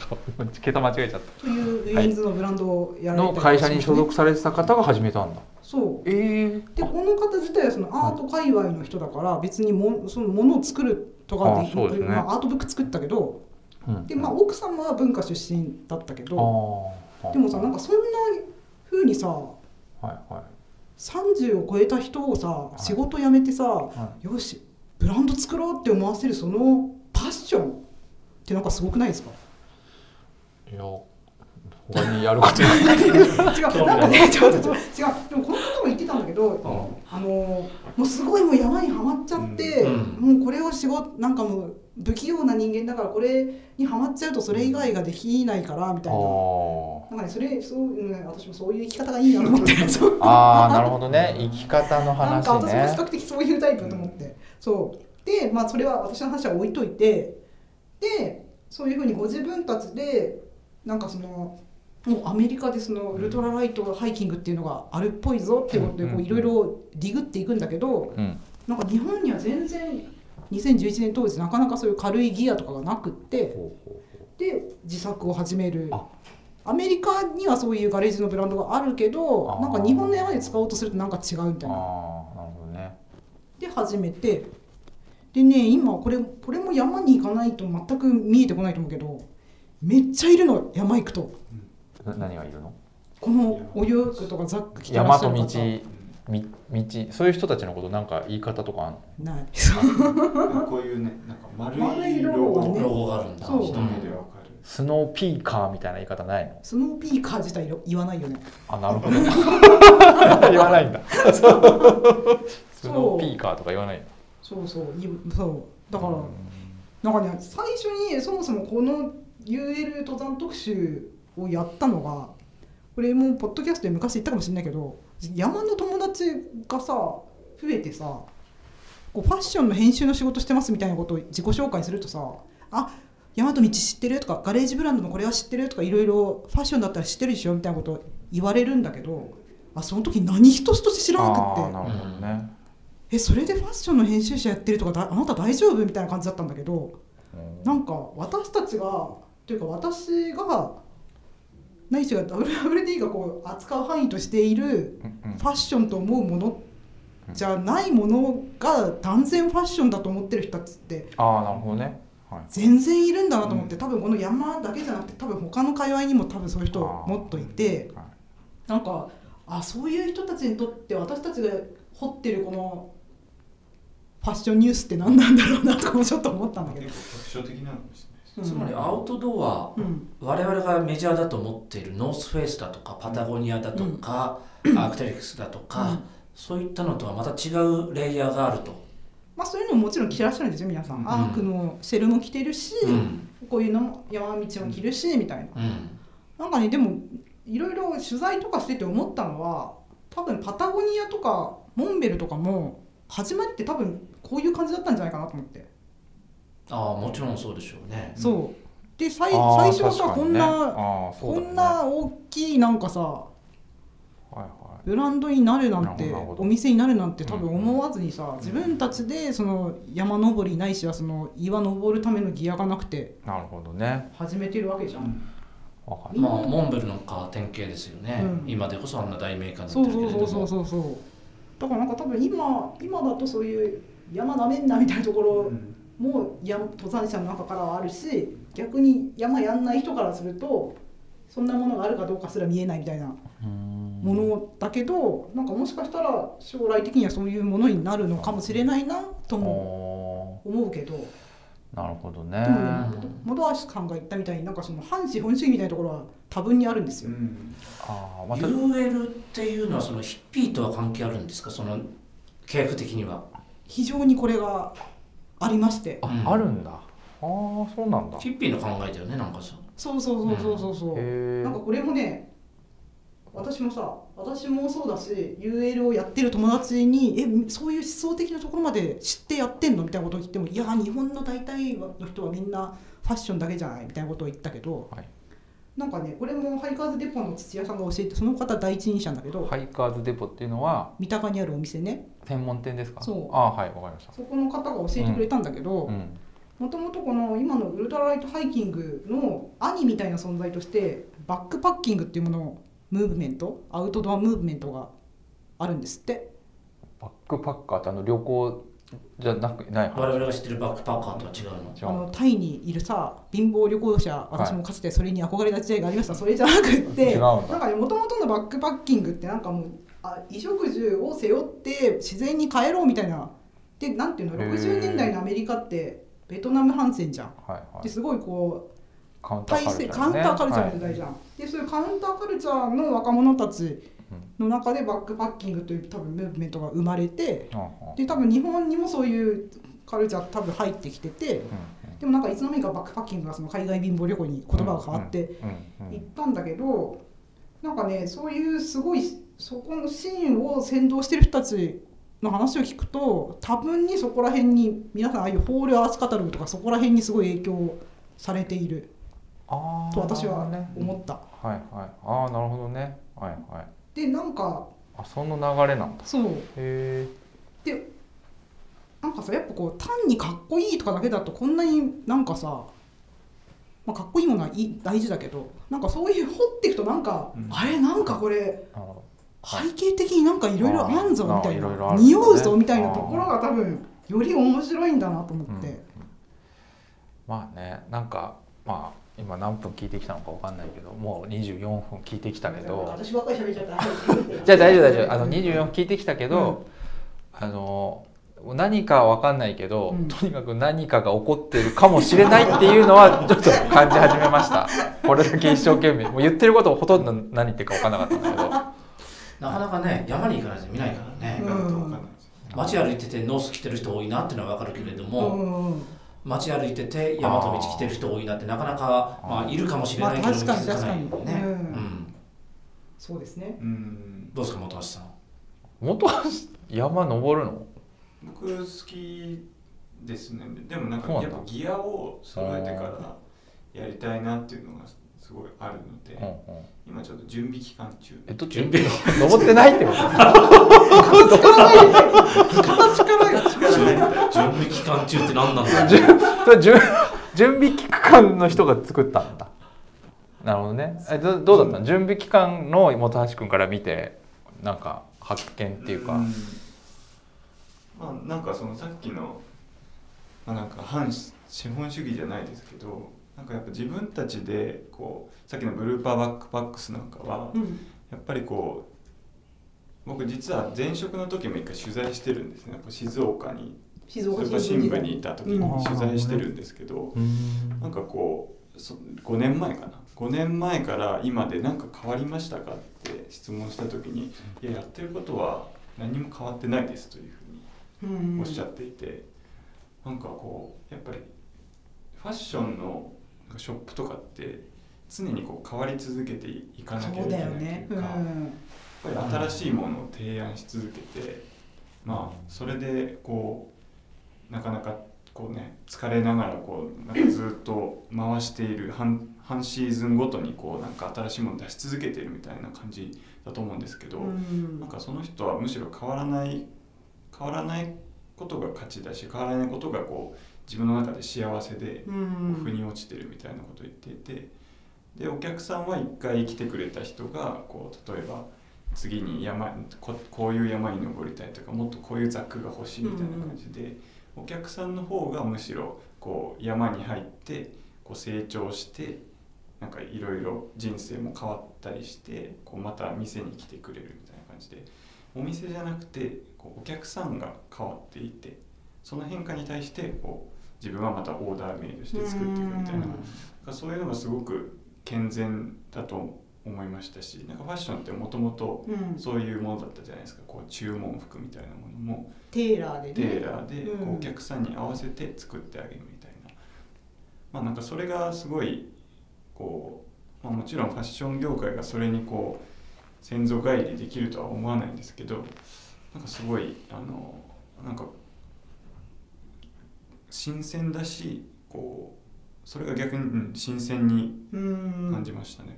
Speaker 3: か 桁間違えちゃっ
Speaker 1: というウィンズのブランドをや
Speaker 3: た
Speaker 1: られ
Speaker 3: の
Speaker 1: て
Speaker 3: 会社に所属されてた方が始めたんだ
Speaker 1: そう
Speaker 3: ええ
Speaker 1: でこの方自体はそのアート界隈の人だから別にもそのものを作るとかで
Speaker 3: あそうですね
Speaker 1: まあ、アートブック作ったけど
Speaker 3: うん
Speaker 1: で、まあ、奥様は文化出身だったけ
Speaker 3: あ
Speaker 1: ど
Speaker 3: ー
Speaker 1: でもさなんかそんな風にさ
Speaker 3: はいはい
Speaker 1: 30を超えた人をさ
Speaker 3: い
Speaker 1: 仕事辞めてさ、
Speaker 3: は
Speaker 1: よしブランド作ろうって思わせるそのパッションってなんかすごくない ですか
Speaker 3: いや他にや ることない
Speaker 1: 違うなんかねちょっと違うでもこの方も言ってたんだけど
Speaker 2: んうん
Speaker 1: あのもうすごいもう山にはまっちゃって、
Speaker 2: うん
Speaker 1: もうこれを仕事なんかもう不器用な人間だからこれにはまっちゃうとそれ以外ができないからみたいな。
Speaker 3: あ
Speaker 1: なんかね、それそう、うん、私もそういう生き方がいいなと思って そう
Speaker 3: ーあーなるほどね生き方の
Speaker 1: なん
Speaker 3: 話
Speaker 1: か私も比
Speaker 3: ね
Speaker 1: 較的そういうタイプだと思って、そうでまあそれは私の話は置いといてでそういうふうにご自分たちでなんかそのもうアメリカでそのウルトラライトハイキングっていうのがあるっぽいぞっていうことでこ
Speaker 3: うんう
Speaker 1: うん
Speaker 3: んう
Speaker 1: いろいろディグっていくんだけど、
Speaker 3: うん
Speaker 1: なんか日本には全然2011年当時なかなかそういう軽いギアとかがなくって
Speaker 3: ほうほう
Speaker 1: で自作を始める
Speaker 3: あ
Speaker 1: アメリカにはそういうガレージのブランドがあるけど
Speaker 3: あー
Speaker 1: なんか日本の山で使おうとするとなんか違うみたいな
Speaker 3: ああなるほどね
Speaker 1: で始めてでね今これこれも山に行かないと全く見えてこないと思うけどめっちゃいるの山行くと
Speaker 3: な何がいるの
Speaker 1: このお洋服とかザック着てら
Speaker 3: 山
Speaker 1: っしゃ
Speaker 3: と
Speaker 1: る
Speaker 3: 道
Speaker 1: 方
Speaker 3: み道そういう人たちのことなんか言い方とかあんの
Speaker 1: ない
Speaker 4: こういうねなんか丸
Speaker 1: 丸
Speaker 4: い
Speaker 1: い
Speaker 4: 色
Speaker 1: 色
Speaker 4: を
Speaker 1: をね
Speaker 2: ロゴがあるんだ
Speaker 1: そう
Speaker 4: 一目でわかる
Speaker 3: スノーピーカーみたいな言い方ないの
Speaker 1: スノーピーカー自体言わないよね
Speaker 3: あなるほど 言わないんだスノーピーカーとか言わないんだ
Speaker 1: そうそういそうだから、なんかね最初にそもそもこの UL 登山特集をやったのがこれもポッドキャストで昔言ったかもしれないけど山の友達がさ増えてさこうファッションの編集の仕事してますみたいなことを自己紹介するとさあ大和道知ってるとかガレージブランドのこれは知ってるとかいろいろファッションだったら知ってるでしょみたいなことを言われるんだけどあその時何一つとして知らな
Speaker 3: あ
Speaker 1: く
Speaker 3: ー
Speaker 1: って
Speaker 3: なるほどね、
Speaker 1: えそれでファッションの編集者やってるとかだあなた大丈夫みたいな感じだったんだけど
Speaker 3: うん
Speaker 1: なんか私たちがというか私が何しろ WWD がこう扱う範囲としている
Speaker 3: うんうん
Speaker 1: ファッションと思うものじゃないものが断然ファッションだと思ってる人たちって
Speaker 3: ああなるほどね、はい、
Speaker 1: 全然いるんだなと思って多分この山だけじゃなくて多分他の界隈にも多分そういう人もっといて
Speaker 3: あ
Speaker 1: なんかあそういう人たちにとって私たちが掘ってるこのファッションニュースって何なんだろうなとかもちょっと思ったんだけど。
Speaker 4: 特徴的なのかもしれないです。
Speaker 2: つまりアウトドア、
Speaker 1: うん
Speaker 2: 我々がメジャーだと思っているノースフェイスだとかパタゴニアだとか、アークテリクスだとか、
Speaker 1: うん
Speaker 2: そういったのとはまた違うレイヤーがあると、
Speaker 1: まあ、そういうのももちろん着てらっしゃるんですよ皆さん、
Speaker 4: うん
Speaker 1: アークのシェルも着てるし、
Speaker 2: うん
Speaker 1: こういうのも山道も着るし、みたいな
Speaker 2: うん
Speaker 1: なんかねでもいろいろ取材とかしてて思ったのは多分パタゴニアとかモンベルとかも始まりって多分こういう感じだったんじゃないかなと思って、
Speaker 2: ああもちろんそうでしょうね
Speaker 1: そうで最
Speaker 3: ー
Speaker 1: 最初はさ、
Speaker 3: 確か
Speaker 1: こ
Speaker 3: に
Speaker 1: ん
Speaker 3: ね
Speaker 1: な、
Speaker 3: あーそ
Speaker 1: こ
Speaker 3: うだね
Speaker 1: んな大きいなんかさ
Speaker 3: は
Speaker 1: ブランドになるなん
Speaker 3: な
Speaker 1: て
Speaker 3: るほど
Speaker 1: お店になるなんて多分思わずにさ、自分たちでその山登りないしはその岩登るためのギアがなくて
Speaker 3: いはいなるほどね
Speaker 1: 始めてるわけじゃん。
Speaker 3: わかる
Speaker 2: まあモンベルなんかは典型ですよね、
Speaker 1: うん
Speaker 2: 今でこそあんな大メーカーに
Speaker 1: そう
Speaker 2: なって
Speaker 1: そ
Speaker 2: る
Speaker 1: う
Speaker 2: けれ
Speaker 1: そう
Speaker 2: ど
Speaker 1: そう
Speaker 2: も
Speaker 1: そうそうだからなんか多分今今だとそういう山なめんなみたいなところ
Speaker 4: うん
Speaker 1: もや登山者の中からはあるし逆に山やんない人からするとそんなものがあるかどうかすら見えないみたいなも
Speaker 3: も
Speaker 1: のだけど、なんかもしかしたら将来的にはそういうものになるのかもしれないなとも
Speaker 3: の
Speaker 1: 思うけど、
Speaker 3: なるほど
Speaker 1: で
Speaker 3: ね
Speaker 1: も本橋さんが言ったみたいになんかその反資本主義みたいなところは多分にあるんです
Speaker 4: う
Speaker 1: よ。
Speaker 4: ん
Speaker 3: ああまた
Speaker 2: UL っていうのはそのヒッピーとは関係あるんですかその契約的には
Speaker 1: 非常にこれがありまして
Speaker 3: あ
Speaker 2: うん
Speaker 3: あるんだああーそうなんだ
Speaker 2: ヒッピーの考えだよねなんかさ
Speaker 1: そうそうそうそうそうそう。
Speaker 3: へ
Speaker 1: なんか
Speaker 3: え
Speaker 1: これもね私もさ私もそうだし UL をやってる友達に「えそういう思想的なところまで知ってやってんの?」みたいなことを言っても「いや日本の大体の人はみんなファッションだけじゃない」みたいなことを言ったけど、
Speaker 3: はい
Speaker 1: なんかねこれもハイカーズデポの土屋さんが教えてその方第一人者なんだけど、
Speaker 3: ハイカーズデポっていうのは
Speaker 1: 三鷹にあるお店ね
Speaker 3: 専門店ですか
Speaker 1: そう
Speaker 3: ああはいわかりました
Speaker 1: そこの方が教えてくれたんだけど
Speaker 3: うん
Speaker 1: もともとこの今のウルトラライトハイキングの兄みたいな存在としてバックパッキングっていうものをムーブメントアウトドアムーブメントがあるんですって
Speaker 3: バックパッカーってあの旅行じゃなくない
Speaker 2: 我々が知ってるバックパッカーとは違うの
Speaker 3: 違
Speaker 1: あ
Speaker 3: う
Speaker 1: のタイにいるさ貧乏旅行者私もかつてそれに憧れた時代がありました、それじゃなくっ
Speaker 3: 違
Speaker 1: て
Speaker 3: うん
Speaker 1: な
Speaker 3: だ
Speaker 1: んかもともとのバックパッキングってなんかもうあ衣食住を背負って自然に帰ろうみたいなでなんていうの
Speaker 3: へー
Speaker 1: 60年代のアメリカってベトナム反戦じゃん。
Speaker 3: はいは
Speaker 1: で
Speaker 3: い
Speaker 1: すごいこう
Speaker 3: カウンター
Speaker 1: 体
Speaker 3: カルチ
Speaker 1: 制
Speaker 3: ャーね
Speaker 1: カウンターカルチャーの時代じゃん、でそういうカウンターカルチャーの若者たちの中でバックパッキングという多分ムーブメントが生まれて
Speaker 3: はいうんうん
Speaker 1: で多分日本にもそういうカルチャー多分入ってきてて
Speaker 3: うんうん
Speaker 1: でもなんかいつの間にかバックパッキングがその海外貧乏旅行に言葉が変わって
Speaker 3: うんうん
Speaker 1: いったんだけどなんかねそういうすごいそこのシーンを先導してる人たちの話を聞くと多分にそこら辺に皆さんああいうホールアースカタログとかそこら辺にすごい影響されている
Speaker 3: ああ
Speaker 1: と私は
Speaker 3: ね
Speaker 1: 思った。
Speaker 3: はいはいああなるほどねはいはい
Speaker 1: でなんか
Speaker 3: あその流れなんだ
Speaker 1: そう
Speaker 3: へえ
Speaker 1: なんかさやっぱこう単にかっこいいとかだけだとこんなになんかさ、まあ、かっこいいものはいい大事だけどなんかそういう掘っていくとなんか、
Speaker 4: うん
Speaker 1: あれなんかこれ
Speaker 3: なるほは
Speaker 1: 背景的になんかいろいろあんぞ
Speaker 3: あー
Speaker 1: みたいな
Speaker 3: あー色々ある
Speaker 1: 匂うぞみたいなところが多分より面白いんだなと思
Speaker 3: ど、
Speaker 1: っ
Speaker 3: うんう
Speaker 1: て
Speaker 3: ん、まあねなんかまあ今何分聞いてきたのかわかんないけどもう24分聞いてきたけど
Speaker 1: 私ばっかり喋っちゃった
Speaker 3: じゃあ大丈夫大丈夫あの24分聞いてきたけど、あの何かわかんないけど、
Speaker 1: うん
Speaker 3: とにかく何かが起こってるかもしれないっていう のはちょっと感じ始めましたこれだけ一生懸命もう言ってることほとんど何言ってるかわかんなかったんだけど
Speaker 2: なかなかね山に行かないと見ないからね、
Speaker 1: うん
Speaker 4: 意外とわかんないです
Speaker 2: 街歩いててノース着てる人多いなっていうのは分かるけれど
Speaker 1: うん
Speaker 2: も、
Speaker 1: うんうん
Speaker 2: 街歩いてて山と道着てる人多いなってなかなか
Speaker 3: あー
Speaker 2: まあいるかもしれないけど
Speaker 1: まあ
Speaker 2: 気
Speaker 1: 確かに
Speaker 2: づかないよ
Speaker 1: 確か
Speaker 2: ね、
Speaker 1: に
Speaker 2: う
Speaker 1: うんんそうですね
Speaker 4: うん
Speaker 2: どうですか本橋さん
Speaker 3: 元橋山登るの
Speaker 4: 僕好きですねでもなんか
Speaker 3: そうな
Speaker 4: や
Speaker 3: ん
Speaker 4: っ
Speaker 3: だ
Speaker 4: ぱギアを揃えてからやりたいなっていうのがすごいあるので、
Speaker 3: うんうん
Speaker 4: 今ちょっと準備期間中
Speaker 3: えっと
Speaker 2: 準備の
Speaker 3: 登ってないってこと
Speaker 4: 力が力がないみたいな
Speaker 2: 準備期間中って何なんだろう
Speaker 3: じゅそれ準準備期間の人が作ったんだなるほどねえどどうだったの、準備期間の本橋君から見てなんか発見っていうか、
Speaker 4: んまあなんかそのさっきの、まあ、なんか反資本主義じゃないですけどなんかやっぱ自分たちでこうさっきのブルーパーバックパックスなんかは
Speaker 1: うん
Speaker 4: やっぱりこう僕実は前職の時も一回取材してるんですねやっぱ静岡に
Speaker 1: 静
Speaker 4: 静
Speaker 1: 岡
Speaker 4: 岡
Speaker 1: 新
Speaker 4: 新
Speaker 1: 聞
Speaker 4: 聞
Speaker 1: に
Speaker 4: に
Speaker 1: い
Speaker 4: い
Speaker 1: た
Speaker 4: た
Speaker 1: 時に
Speaker 4: 時に取材してるんですけど、なんかこうそ5年前かな5年前から今で何か変わりましたかって質問した時に「いややってることは何も変わってないです」というふうにおっしゃっていて、なんかこうやっぱりファッションのショップとかって常にこう変わり続けていかなきゃい
Speaker 1: そう
Speaker 4: けな
Speaker 1: だよ
Speaker 4: い
Speaker 1: ね
Speaker 4: というか。やっぱり新しいものを提案し続けて、まあそれでこうなかなかこうね疲れながらこうなんかずっと回している半半シーズンごとにこうなんか新しいものを出し続けてるみたいな感じだと思うんですけど、
Speaker 1: うん
Speaker 4: なんかその人はむしろ変わらない変わらないことが勝ちだし変わらないことがこう自分の中で幸せで、
Speaker 1: うん
Speaker 4: 腑に落ちてるみたいなことを言っていてでお客さんは1回来てくれた人がこう例えば次に山ここういう山に登りたいとかもっとこういうザックが欲しいみたいな感じで、お客さんの方がむしろこう山に入ってこう成長してなんかいろいろ人生も変わったりしてこうまた店に来てくれるみたいな感じでお店じゃなくてこうお客さんが変わっていてその変化に対してこう自分はまたオーダーメイドして作っていくみたいな
Speaker 1: うん
Speaker 4: そういうのがすごく健全だと思いましたしなんかファッションってもともと
Speaker 1: うん
Speaker 4: そういうものだったじゃないですかこう注文服みたいなものも
Speaker 1: テーラーで
Speaker 4: テ
Speaker 1: ね
Speaker 4: ーラーで
Speaker 1: うん
Speaker 4: こうお客さんに合わせて作ってあげるみたいな、まあなんかそれがすごいこう、まあ、もちろんファッション業界がそれにこう先祖返りできるとは思わないんですけどなんかすごいあのなんか新鮮だしこうそれが逆に、うん新鮮に
Speaker 1: うん
Speaker 4: 感じましたね。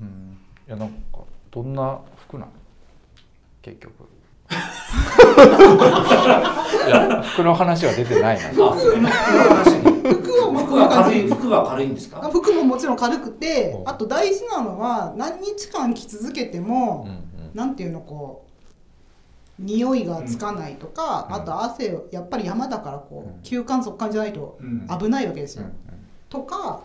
Speaker 4: うん
Speaker 3: うんいやなんかどんな服なの結局 いや服の話は出てないな
Speaker 2: あ服の話に
Speaker 1: 服を巻く
Speaker 2: 服は軽い
Speaker 1: 感じ
Speaker 2: 服は軽いんですか
Speaker 1: 服ももちろん軽くて
Speaker 3: うん
Speaker 1: あと大事なのは何日間着続けても、
Speaker 3: うんうん
Speaker 1: なんていうのこう匂いがつかないとか、
Speaker 3: うん
Speaker 1: あと汗をやっぱり山だからこう、
Speaker 3: うん
Speaker 1: 急患速乾じゃないと
Speaker 4: うん
Speaker 1: 危ないわけです
Speaker 3: う
Speaker 1: よ。
Speaker 3: ん
Speaker 1: とか、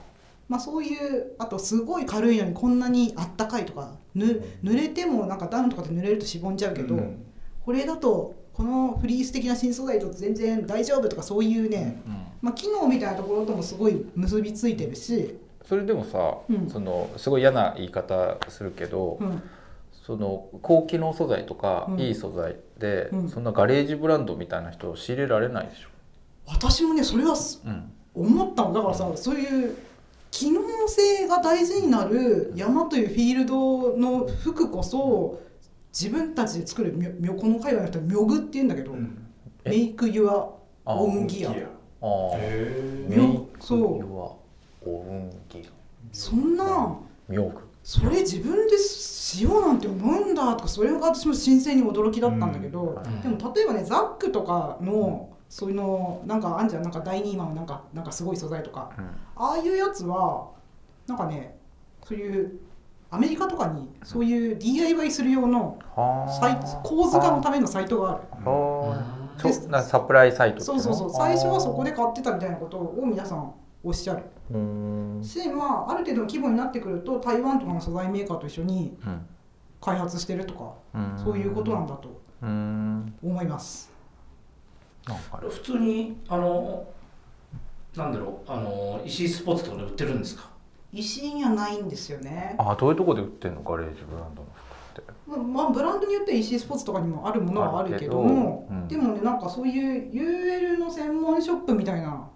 Speaker 1: まあ、そういうあとすごい軽いのにこんなにあったかいとかぬ濡れてもなんかダウンとかって濡れるとしぼんじゃうけど、
Speaker 4: うん
Speaker 1: これだとこのフリース的な新素材だと全然大丈夫とかそういうね、
Speaker 3: うん
Speaker 1: まあ、機能みたいなところともすごい結びついてるし、
Speaker 3: それでもさ、
Speaker 1: うん
Speaker 3: そのすごい嫌な言い方するけど、
Speaker 1: うん、
Speaker 3: その高機能素材とか、
Speaker 1: うん
Speaker 3: いい素材で、
Speaker 1: うん
Speaker 3: そんなガレージブランドみたいな人を仕入れられないでしょ、
Speaker 1: 私もねそれはす
Speaker 3: うん
Speaker 1: 思ったのだからさそういう機能性が大事になる山というフィールドの服こそ自分たちで作るみょみょこの界隈の人は「ミョグ」って言うんだけど、
Speaker 4: うん
Speaker 3: え
Speaker 1: メイク・ユア・
Speaker 3: あ
Speaker 1: オウン
Speaker 3: ー
Speaker 1: ギア
Speaker 4: ギア
Speaker 3: あー
Speaker 4: へ
Speaker 1: ー
Speaker 3: ミョ
Speaker 1: そう
Speaker 3: クはオウンギ
Speaker 1: そんな
Speaker 3: アミョク
Speaker 1: それ自分でしようなんて思うんだとかそれが私も新鮮に驚きだったんだけど、
Speaker 2: うん
Speaker 1: でも例えばねザックとかの、そういうのなんかあんじゃんなんか第二マンのなんかなんかすごい素材とかああいうやつはなんかねそういうアメリカとかにそういう DIY する用のサイ構図化のためのサイトがあるうん
Speaker 3: はあなサプライサイトってい
Speaker 1: そう
Speaker 3: の
Speaker 1: そうそう最初はそこで買ってたみたいなことを皆さんおっしゃる
Speaker 3: あーうーん
Speaker 1: し、まあ、ある程度の規模になってくると台湾とかの素材メーカーと一緒に
Speaker 3: うん
Speaker 1: 開発してるとか
Speaker 3: うん
Speaker 1: そういうことなんだと
Speaker 3: うーん
Speaker 1: 思います。
Speaker 3: なんかある
Speaker 2: 普通にあのなんだろうあの石井スポーツとかで売ってるんですか
Speaker 1: 石にはないんですよね。
Speaker 3: あどういうとこで売ってんのガレージブランドの服って
Speaker 1: まあまあブランドによっては EC スポーツとかにもあるものはあるけども
Speaker 3: あるけ
Speaker 1: で
Speaker 3: ど
Speaker 1: もねなんかそういう UL の専門ショップみたいな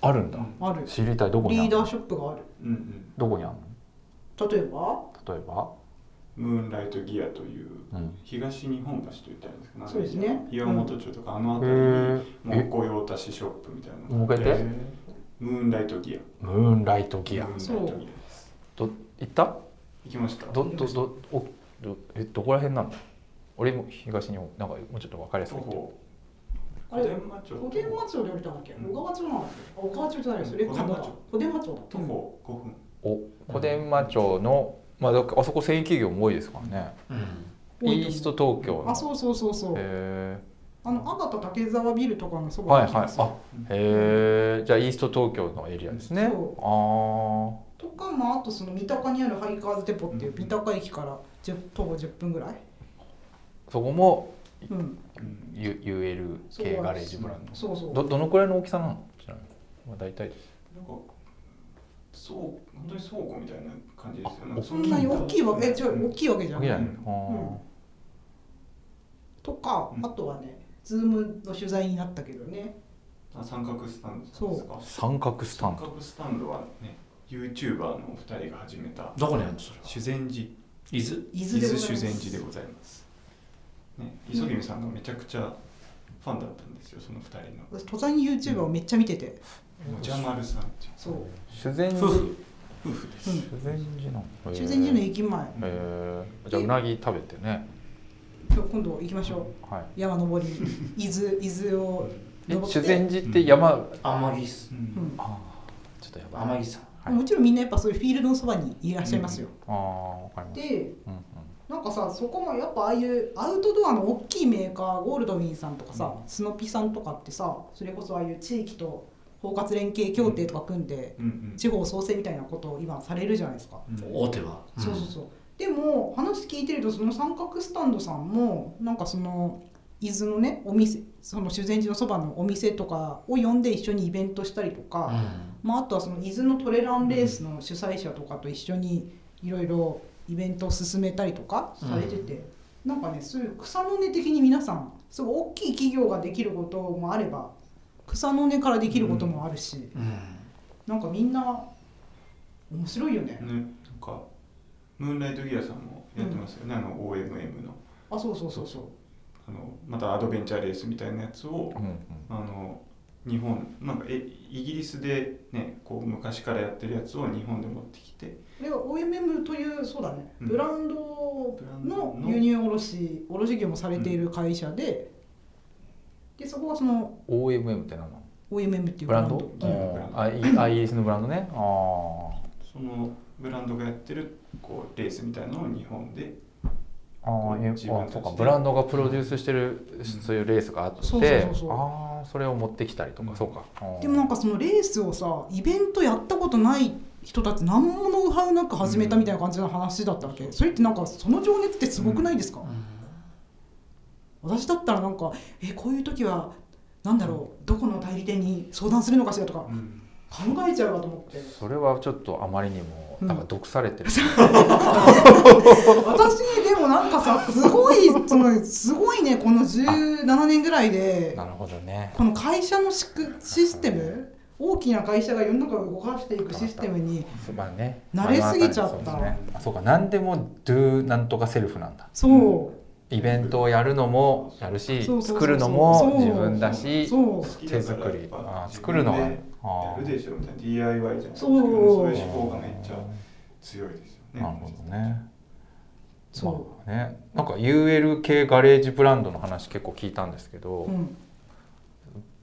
Speaker 3: あるんだ
Speaker 1: ある
Speaker 3: 知りたいどこ
Speaker 1: リ
Speaker 3: にあ
Speaker 1: ー
Speaker 3: る
Speaker 1: ダーショップがある
Speaker 4: うんうん
Speaker 3: どこにある
Speaker 1: 例えば
Speaker 3: の例えば
Speaker 4: ムーンライトギアという
Speaker 3: うん
Speaker 4: 東日本橋といったらいいんですかね
Speaker 1: そうですね
Speaker 4: 岩本町とかあの辺り
Speaker 3: へ
Speaker 4: に木工用達しショップみたいなのが
Speaker 3: もう一回言って
Speaker 4: ムーンライトギア
Speaker 3: ムーンライトギア
Speaker 4: ムーンライトギアです
Speaker 3: ど行った
Speaker 4: 行きました
Speaker 3: どどどおどえどこら辺なの俺も東日本なんかもうちょっと分かりやすく
Speaker 4: 徒
Speaker 3: 言って
Speaker 4: 歩
Speaker 1: あれ小
Speaker 4: 小伝馬町
Speaker 1: 伝馬町で降りたわけ。
Speaker 4: うん
Speaker 1: 小川町なんですよ。あ小川町じゃないですよ。レッカーだ
Speaker 4: 小伝馬
Speaker 1: 小伝馬
Speaker 4: 町
Speaker 1: 町だ。
Speaker 4: 徒歩5分
Speaker 3: お小伝馬町の、まあ、どっかあそこ繊維企業も多いですからね
Speaker 2: うん
Speaker 1: 多いと思
Speaker 3: イ
Speaker 1: う
Speaker 3: ースト東京の
Speaker 1: あ、そうそうそうそう。
Speaker 3: へ
Speaker 1: あの赤田竹沢ビルとかのそ
Speaker 3: え
Speaker 1: ば
Speaker 3: はい
Speaker 1: に来
Speaker 3: はい
Speaker 1: ますよ
Speaker 3: あへえじゃあイースト東京のエリアですねああ
Speaker 1: そう
Speaker 3: ー
Speaker 1: とかまああとその三鷹にあるハイカーズデポっていう
Speaker 4: うん
Speaker 1: 三鷹駅から10徒歩10分ぐらい。
Speaker 3: そこも
Speaker 1: うん。
Speaker 4: うん、
Speaker 3: U- UL 系ガレージブラン
Speaker 1: そうそう。
Speaker 3: ドどどのくらいの大きさなのちなみに、まあ、大体
Speaker 4: なんかそう本当に倉庫みたいな感じですよ
Speaker 3: あ
Speaker 4: ね
Speaker 1: そんなに大きいわけ、え、違う、大きいわけじゃな
Speaker 3: 大きい
Speaker 1: い。
Speaker 3: じゃない、
Speaker 4: うん
Speaker 3: あー
Speaker 1: とか
Speaker 4: う、ん
Speaker 1: あとはね、ズームの取材になったけどね。
Speaker 4: あ三角スタンドですか
Speaker 3: 三角スタン
Speaker 4: 三
Speaker 3: ド
Speaker 4: 角スタンドはね YouTuber のお二人が始めた
Speaker 2: どこにあるのそれは
Speaker 4: 修善寺
Speaker 2: 伊豆
Speaker 1: 伊
Speaker 4: 伊
Speaker 1: 豆で
Speaker 4: 豆
Speaker 1: ござい
Speaker 4: 修
Speaker 1: ま
Speaker 4: 善
Speaker 1: す
Speaker 4: 寺でございます、ね、磯君さんがめちゃくちゃファンだったんですよその二人の
Speaker 1: 私登山 YouTuber をめっちゃ見てて、
Speaker 4: もじゃまるさんっていう
Speaker 1: そう。
Speaker 3: 修善寺
Speaker 2: 夫
Speaker 3: 修
Speaker 2: 婦
Speaker 4: 夫婦です、
Speaker 1: うん
Speaker 3: 善寺のへー
Speaker 1: 修善寺の駅前。
Speaker 3: へえじゃあうなぎ食べてね
Speaker 1: 今日今度行きましょう。
Speaker 3: はい
Speaker 1: 山登り、伊豆、伊豆を登って。
Speaker 3: 修善寺って山、
Speaker 2: 天城さ
Speaker 4: うん
Speaker 1: うんん
Speaker 3: あーちょっとやばい
Speaker 2: 天城さん
Speaker 3: はい
Speaker 1: もちろんみんなやっぱそういうフィールドのそばにいらっしゃいますよ。
Speaker 3: ああわかります
Speaker 1: で
Speaker 3: うんうん
Speaker 1: なんかさそこもやっぱああいうアウトドアの大きいメーカーゴールドウィンさんとかさ、スノピさんとかってさそれこそああいう地域と包括連携協定とか組んで、
Speaker 4: うんうん
Speaker 1: 地方創生みたいなことを今されるじゃないですか。
Speaker 4: うん
Speaker 2: 大手は、ん
Speaker 1: そうそうそうでも話聞いてるとその三角スタンドさんもなんかその伊豆のねお店その修善寺のそばのお店とかを呼んで一緒にイベントしたりとか。
Speaker 2: うん
Speaker 1: まあ、あとはその伊豆のトレランレースの主催者とかと一緒にいろいろイベントを進めたりとかされてて、なんかねそういう草の根的に皆さんすごい大きい企業ができることもあれば草の根からできることもあるし、
Speaker 2: うん
Speaker 1: なんかみんな面白いよね、
Speaker 4: ねなんかムーンライトギアさんもやってますよね、あの OMM の
Speaker 1: あそうそうそうそう
Speaker 4: あのまたアドベンチャーレースみたいなやつを
Speaker 3: うんうん
Speaker 4: あの日本なんかえイギリスでねこう昔からやってるやつを日本で持ってきて
Speaker 1: これは OMM というそうだね、
Speaker 4: うん
Speaker 1: ブランド
Speaker 4: ブランド
Speaker 1: の
Speaker 4: の
Speaker 1: 輸入卸卸業もされている会社で、でそこはその
Speaker 3: OMM って何なの
Speaker 1: OMM っていう
Speaker 3: ブランド
Speaker 4: ブランド
Speaker 3: うんあイギあイギリスのブランドねあ
Speaker 4: そのブランドがやってるこうレースみたいなのを日本で
Speaker 3: ーあーえ
Speaker 4: 自分た
Speaker 3: あ
Speaker 4: ちで
Speaker 3: そうかブランドがプロデュースしてる、そういうレースがあって
Speaker 1: そうそうそうそう
Speaker 3: ああそれを持ってきたりとか、
Speaker 4: うん
Speaker 3: そうかあー
Speaker 1: でもなんかそのレースをさイベントやったことない人たち何もノウハウなく始めたみたいな感じの話だったわけ、それってなんかその情熱ってすごくないですか、私だったらなんかえこういう時はなんだろうどこの代理店に相談するのかしらとか
Speaker 4: うん
Speaker 1: 考えちゃうわと思って
Speaker 3: それはちょっとあまりにも
Speaker 1: うん
Speaker 3: なんか毒されてる、
Speaker 1: 私ねでもなんかさすごいそのすごいねこの17年ぐらいで
Speaker 3: なるほどね
Speaker 1: この会社のしくシステム大きな会社が世の中を動かしていくシステムに
Speaker 3: まあね
Speaker 1: 慣れすぎちゃった
Speaker 3: そうですねあそうか何でも do なんとかセルフなんだ
Speaker 1: そう
Speaker 3: イベントをやるのもやるし
Speaker 1: そうそうそうそう
Speaker 3: 作るのも
Speaker 1: そう
Speaker 3: 自分だし
Speaker 1: そう
Speaker 3: 手作りあー作るのは
Speaker 4: は
Speaker 3: ねあ
Speaker 4: や
Speaker 3: ー
Speaker 4: るでしょみたいな DIY じゃないですか
Speaker 1: そう
Speaker 4: そういう思考がめっちゃ強いですよ
Speaker 3: な
Speaker 4: ね
Speaker 3: るほどね
Speaker 1: そ
Speaker 3: まあねなんか UL 系ガレージブランドの話結構聞いたんですけど、
Speaker 1: う、うん、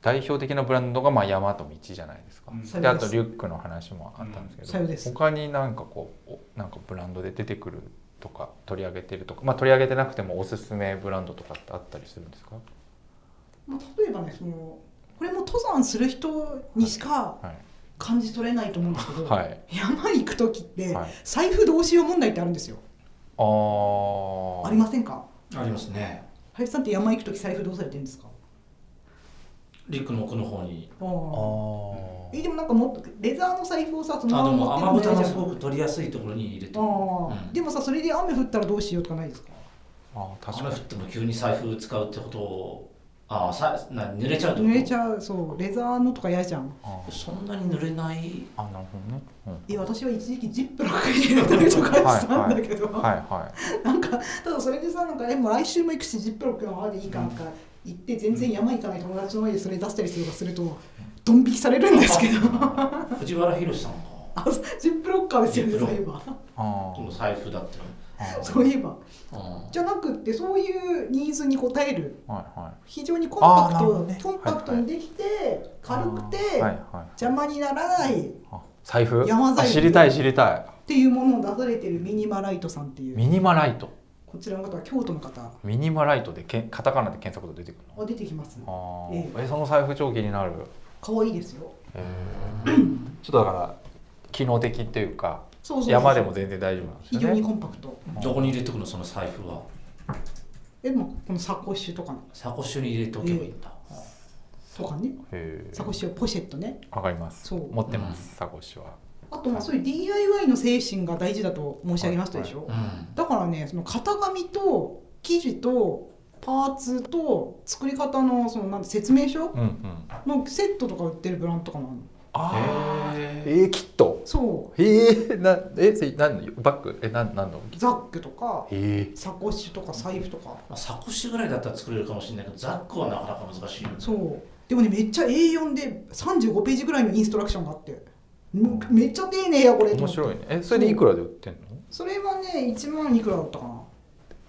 Speaker 3: 代表的なブランドがまあ山と道じゃないですか、
Speaker 4: うん
Speaker 3: であとリュックの話もあったんです
Speaker 1: さ
Speaker 3: け
Speaker 1: よ
Speaker 3: ど、
Speaker 1: です
Speaker 3: 他になんかこうおなんかブランドで出てくるとか取り上げてるとか、まあ、取り上げてなくてもおすすめブランドとかってあったりするんですか、
Speaker 1: まあ、例えばねそのこれも登山する人にしか
Speaker 3: はい
Speaker 1: 感じ取れないと思うんですけど、
Speaker 3: はい
Speaker 1: 山行く時って
Speaker 3: はい、
Speaker 1: 財布どうしよう問題ってあるんですよ、
Speaker 3: あー
Speaker 1: ありませんか
Speaker 2: ありますね
Speaker 1: 林さんって山行く時財布どうされてるんですか
Speaker 2: リックの奥の方に
Speaker 1: あ
Speaker 3: あ
Speaker 1: あえ
Speaker 3: ー
Speaker 1: でもなんかもっとレザーの財布をさその
Speaker 2: あでも雨
Speaker 1: 持って
Speaker 2: 豚
Speaker 1: るじ
Speaker 2: の
Speaker 1: ゃ
Speaker 2: す
Speaker 1: ん
Speaker 2: ごく取りやすいところに入れて
Speaker 1: ああ、
Speaker 2: うん
Speaker 1: でもさそれで雨降ったらどうしようとかないですか
Speaker 3: あー確
Speaker 2: 雨降
Speaker 3: か
Speaker 2: っ
Speaker 3: に
Speaker 2: ても急に財布使うってことああさな濡れちゃうってこと
Speaker 1: 濡れちゃうそうレザーのとか嫌じゃん
Speaker 3: あ
Speaker 2: そんなに濡れない
Speaker 3: あなるほどね、うん
Speaker 1: いや私は一時期ジップロック入れたりとかしたんだけど、
Speaker 3: はいは い
Speaker 1: なんかただそれでさなんかでも来週も行くしジップロックのままでいいかなんか行って全然山行かない友達の前でそれ出したりするとかするとドン引きされるんですけど
Speaker 2: 藤原宏さんが
Speaker 1: あジップロッカーですよね
Speaker 2: ジップ
Speaker 1: そ
Speaker 2: ロ
Speaker 1: ういえ
Speaker 2: ッ
Speaker 1: ば
Speaker 3: あ
Speaker 2: この財布だったら
Speaker 3: あ
Speaker 1: そういえば
Speaker 2: うん
Speaker 1: じゃなくってそういうニーズに応える
Speaker 3: はいは
Speaker 1: 非常にコンパク
Speaker 3: あーなるほ
Speaker 1: ト、
Speaker 3: どね
Speaker 1: コンパクトにできて、
Speaker 3: い
Speaker 1: 軽くて、
Speaker 3: あーはいはい
Speaker 1: 邪魔にならないっ
Speaker 3: あ財布
Speaker 1: 山財布
Speaker 3: あ知りたい知りたい
Speaker 1: ていうものを出されてるミニマライトさんっていう
Speaker 3: ミニマライト
Speaker 1: こちらの方は京都の方あ
Speaker 3: ミニマライトでけんカタカナで検索で出てくるの
Speaker 1: 出てきます
Speaker 3: あー
Speaker 1: え
Speaker 3: えその財布超気になる、
Speaker 1: 可愛いですよ
Speaker 3: え ちょっとだから機能的っていうか
Speaker 1: そうそうそう
Speaker 3: 山でも全然大丈夫なんです
Speaker 1: 非
Speaker 3: よ
Speaker 1: 常
Speaker 3: ね
Speaker 1: にコンパクト
Speaker 2: どこに入れてくのその財布は
Speaker 1: えでもこのサコッシュとか
Speaker 2: サコッシュに入れておけばいいんだ、
Speaker 1: とかね
Speaker 3: へー
Speaker 1: サコッシュはポシェットね
Speaker 3: わかります
Speaker 1: そう
Speaker 3: 持ってますサコッシュは
Speaker 1: あとまあそういう DIY の精神が大事だと申し上げましたでしょ、
Speaker 2: うん
Speaker 1: だからねその型紙と生地とパーツと作り方のそのなんて説明書
Speaker 3: うんうんあ
Speaker 1: のセットとか売ってるブランドとかもあるの
Speaker 3: あ
Speaker 2: へー
Speaker 3: えー、キット
Speaker 1: そう
Speaker 3: えー、なえせ何のバッグえなんなんの
Speaker 1: ザックとか
Speaker 3: え
Speaker 1: サコッシュとか財布とか
Speaker 2: まあ、サコッシュぐらいだったら作れるかもしれないけどザックはなかなか難しいよね
Speaker 1: そうでもねめっちゃ A4 で35ページぐらいのインストラクションがあってんめっちゃ丁寧やこれ
Speaker 3: ー、面
Speaker 1: い
Speaker 3: 白いねえそれでいくらで売ってんの
Speaker 1: それはね1万いくらだったかな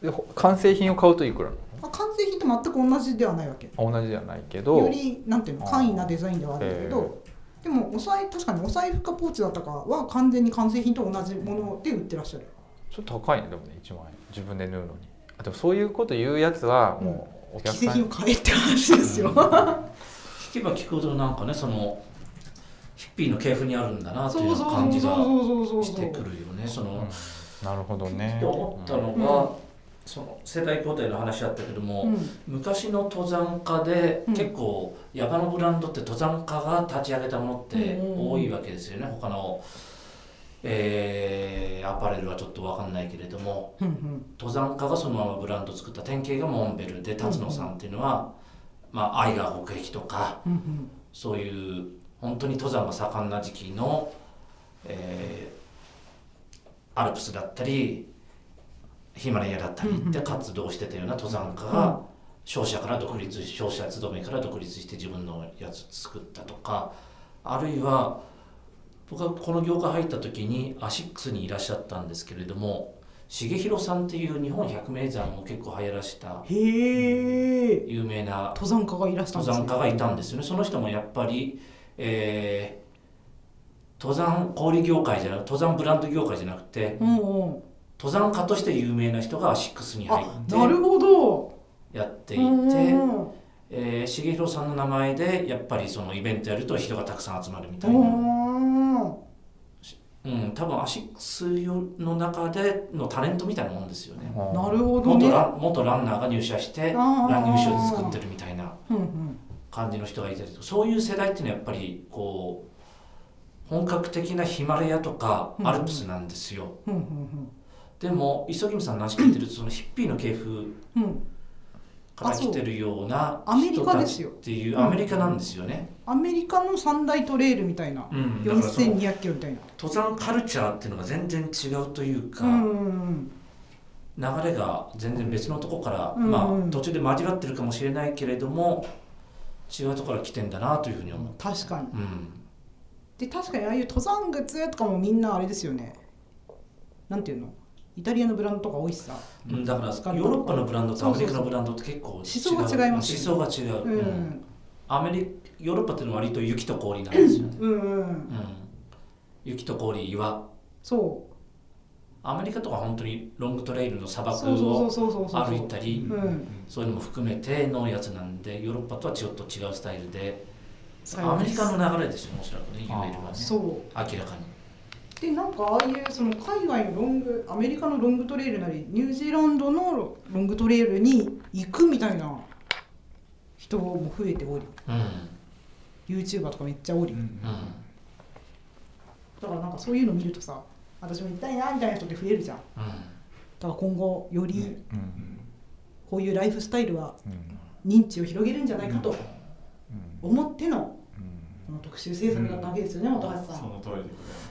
Speaker 3: でほ完成品を買うといくらなの
Speaker 1: まあ完成品と全く同じではないわけ
Speaker 3: あ同じじゃないけど
Speaker 1: よりなんていうの簡易なデザインではあるんだけ
Speaker 3: あーへ
Speaker 1: どでもお財確かにお財布かポーチだったかは完全に完成品と同じもので売ってらっしゃる
Speaker 3: ちょっと高いねでもね1万円自分で縫うのにあでもそういうこと言うやつはもうお客
Speaker 1: 既
Speaker 3: さ
Speaker 1: 製
Speaker 3: ん、
Speaker 1: 品を買えって話ですよ、
Speaker 2: 聞けば聞くほどなんかねそのヒッピーの系譜にあるんだなっ て
Speaker 1: そう
Speaker 2: い
Speaker 1: そう
Speaker 2: う
Speaker 1: そ
Speaker 2: 感
Speaker 1: う
Speaker 2: じが
Speaker 1: そうそうそう
Speaker 2: してくるよねその、
Speaker 3: うんなるほどね
Speaker 2: と思ったのが、
Speaker 1: うん
Speaker 2: その世代交代の話だったけども、
Speaker 1: うん
Speaker 2: 昔の登山家で、
Speaker 1: うん
Speaker 2: 結構山のブランドって登山家が立ち上げたものって
Speaker 1: うんうんうん
Speaker 2: 多いわけですよね、他の、えーアパレルはちょっと分かんないけれども
Speaker 1: うんうん
Speaker 2: 登山家がそのままブランド作った典型がモンベルで辰野さんっていうのは、まあ、愛が北壁とか
Speaker 1: うんうん
Speaker 2: そういう本当に登山が盛んな時期の、えーアルプスだったりヒマラヤだったりって活動してたような登山家が商社から独立商社勤めから独立して自分のやつ作ったとかあるいは僕はこの業界入った時にアシックスにいらっしゃったんですけれども重弘さんっていう日本百名山を結構流行らした
Speaker 1: へえ
Speaker 2: 有名な
Speaker 1: 登山家がいらしたん
Speaker 2: 登
Speaker 1: です
Speaker 2: 山
Speaker 1: ね
Speaker 2: 家がいたんですよねその人もやっぱり、えー登山小売業界じゃなく登山ブランド業界じゃなくて
Speaker 1: うんうん
Speaker 2: 登山家として有名な人がアシックスに入
Speaker 1: あ
Speaker 2: っ
Speaker 1: なる
Speaker 2: て
Speaker 1: ほど
Speaker 2: やってい
Speaker 1: うんうん
Speaker 2: て、
Speaker 1: うん
Speaker 2: えー、重弘さんの名前でやっぱりそのイベントやると人がたくさん集まるみたいな、
Speaker 1: あ
Speaker 2: うん、多分アシックスの中でのタレントみたいなもんですよね
Speaker 3: うん
Speaker 1: ーなるほどね
Speaker 2: 元ラン元ランナーが入社して
Speaker 1: あー
Speaker 2: ランニングシューズ作ってるみたいな。
Speaker 1: うんうん
Speaker 2: 感じの人がいたりとかそういう世代っていうのはやっぱりこう本格的なヒマラヤとか
Speaker 1: うん
Speaker 2: アルプスなんですよ、
Speaker 1: うんうん
Speaker 2: でも磯君さんの話聞いてる とそのヒッピーの系風
Speaker 1: うんうん
Speaker 2: から来てるような
Speaker 1: あそうアメリ
Speaker 2: 人
Speaker 1: カ
Speaker 2: た
Speaker 1: です
Speaker 2: ちっ
Speaker 1: よ
Speaker 2: ていうアメリカなんですよね、
Speaker 1: アメリカの三大トレイルみたいな
Speaker 2: うんだからその
Speaker 1: 4200キロみたいな
Speaker 2: 登山カルチャーっていうのが全然違うというか、
Speaker 1: うんうん
Speaker 2: 流れが全然別のとこから、
Speaker 1: うん
Speaker 2: ま
Speaker 1: うん
Speaker 2: あ途中で交わってるかもしれないけれども違うところから来てんだなというふうに思う、
Speaker 1: 確かに
Speaker 2: うん、
Speaker 1: で確かにああいう登山靴とかもみんなあれですよねなんていうのイタリアのブランドとか多いしさ
Speaker 2: うんだからヨーロッパのブランドとアメリカのブランドって結構違
Speaker 1: そう
Speaker 2: う
Speaker 1: そうそう思想が違いますよ
Speaker 2: 思想が違う、
Speaker 1: う
Speaker 2: うん
Speaker 1: ん
Speaker 2: アメリヨーロッパっていうのは割と雪と氷なんですよね、
Speaker 1: うんう
Speaker 2: うんん、雪と氷岩
Speaker 1: そ
Speaker 2: アメリカとか本当にロングトレイルの砂
Speaker 1: う
Speaker 2: 漠
Speaker 1: そうそう
Speaker 2: を
Speaker 1: そうそうそう
Speaker 2: 歩いたり
Speaker 1: うん
Speaker 2: そういうのも含めてのやつなんでヨーロッパとはちょっと違うスタイルでアメリカの流れですよねおそらくねいわゆるはね
Speaker 1: そう
Speaker 2: 明らかに
Speaker 1: でなんかああいうその海外のロングアメリカのロングトレイルなりニュージーランドのロングトレイルに行くみたいな人も増えており
Speaker 2: うん
Speaker 1: YouTuber とかめっちゃおり、
Speaker 2: う
Speaker 1: だからなんかそういうの見るとさ私も行きたいなみたいな人って増えるじゃんだ
Speaker 2: んうん
Speaker 1: から今後より
Speaker 3: うん
Speaker 1: こういうライフスタイルは
Speaker 3: うん
Speaker 1: 認知を広げるんじゃないかと
Speaker 3: うん
Speaker 1: 思っての
Speaker 3: うん
Speaker 1: この特集制作だったわけですよね、本橋さ
Speaker 4: そ
Speaker 1: ん。
Speaker 4: の通りで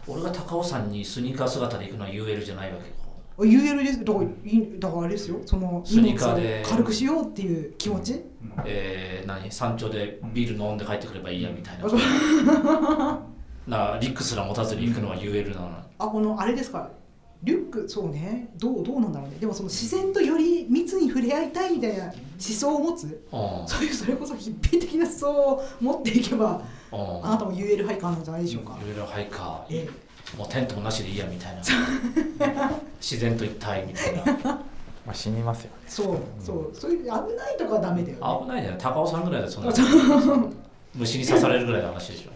Speaker 4: ござい
Speaker 2: 俺が高尾山にスニーカー姿で行くのは UL じゃないわけよ
Speaker 1: UL ですだからいだからあれですよその
Speaker 2: ス
Speaker 1: 荷
Speaker 2: ニー
Speaker 1: 物
Speaker 2: カー
Speaker 1: を
Speaker 2: で
Speaker 1: 軽くしようっていう気持ち、
Speaker 4: ます。
Speaker 2: えー、何山頂でビール飲んで帰ってくればいいやみたいな
Speaker 1: そう
Speaker 2: なリュックすら持たずに行くのは UL なのに
Speaker 1: あこのあれですかリュックそうねどうどうなんだろうねでもその自然とより密に触れ合いたいみたいな思想を持つ
Speaker 2: うん
Speaker 1: そういうそれこそ一品的な思想を持っていけば
Speaker 2: うん
Speaker 1: あなたも UL ハイカーなんじゃないでしょうか、
Speaker 2: UL ハイカ
Speaker 1: ええ
Speaker 2: ーもうテントもなしでいいやみたいな自然と一体み たいな
Speaker 3: まあ死にますよね
Speaker 1: そうそうそういう危ないとかはダメだよね
Speaker 2: 危ないじゃない高尾さんぐらいだよそんな虫に刺されるぐらいの話でしょ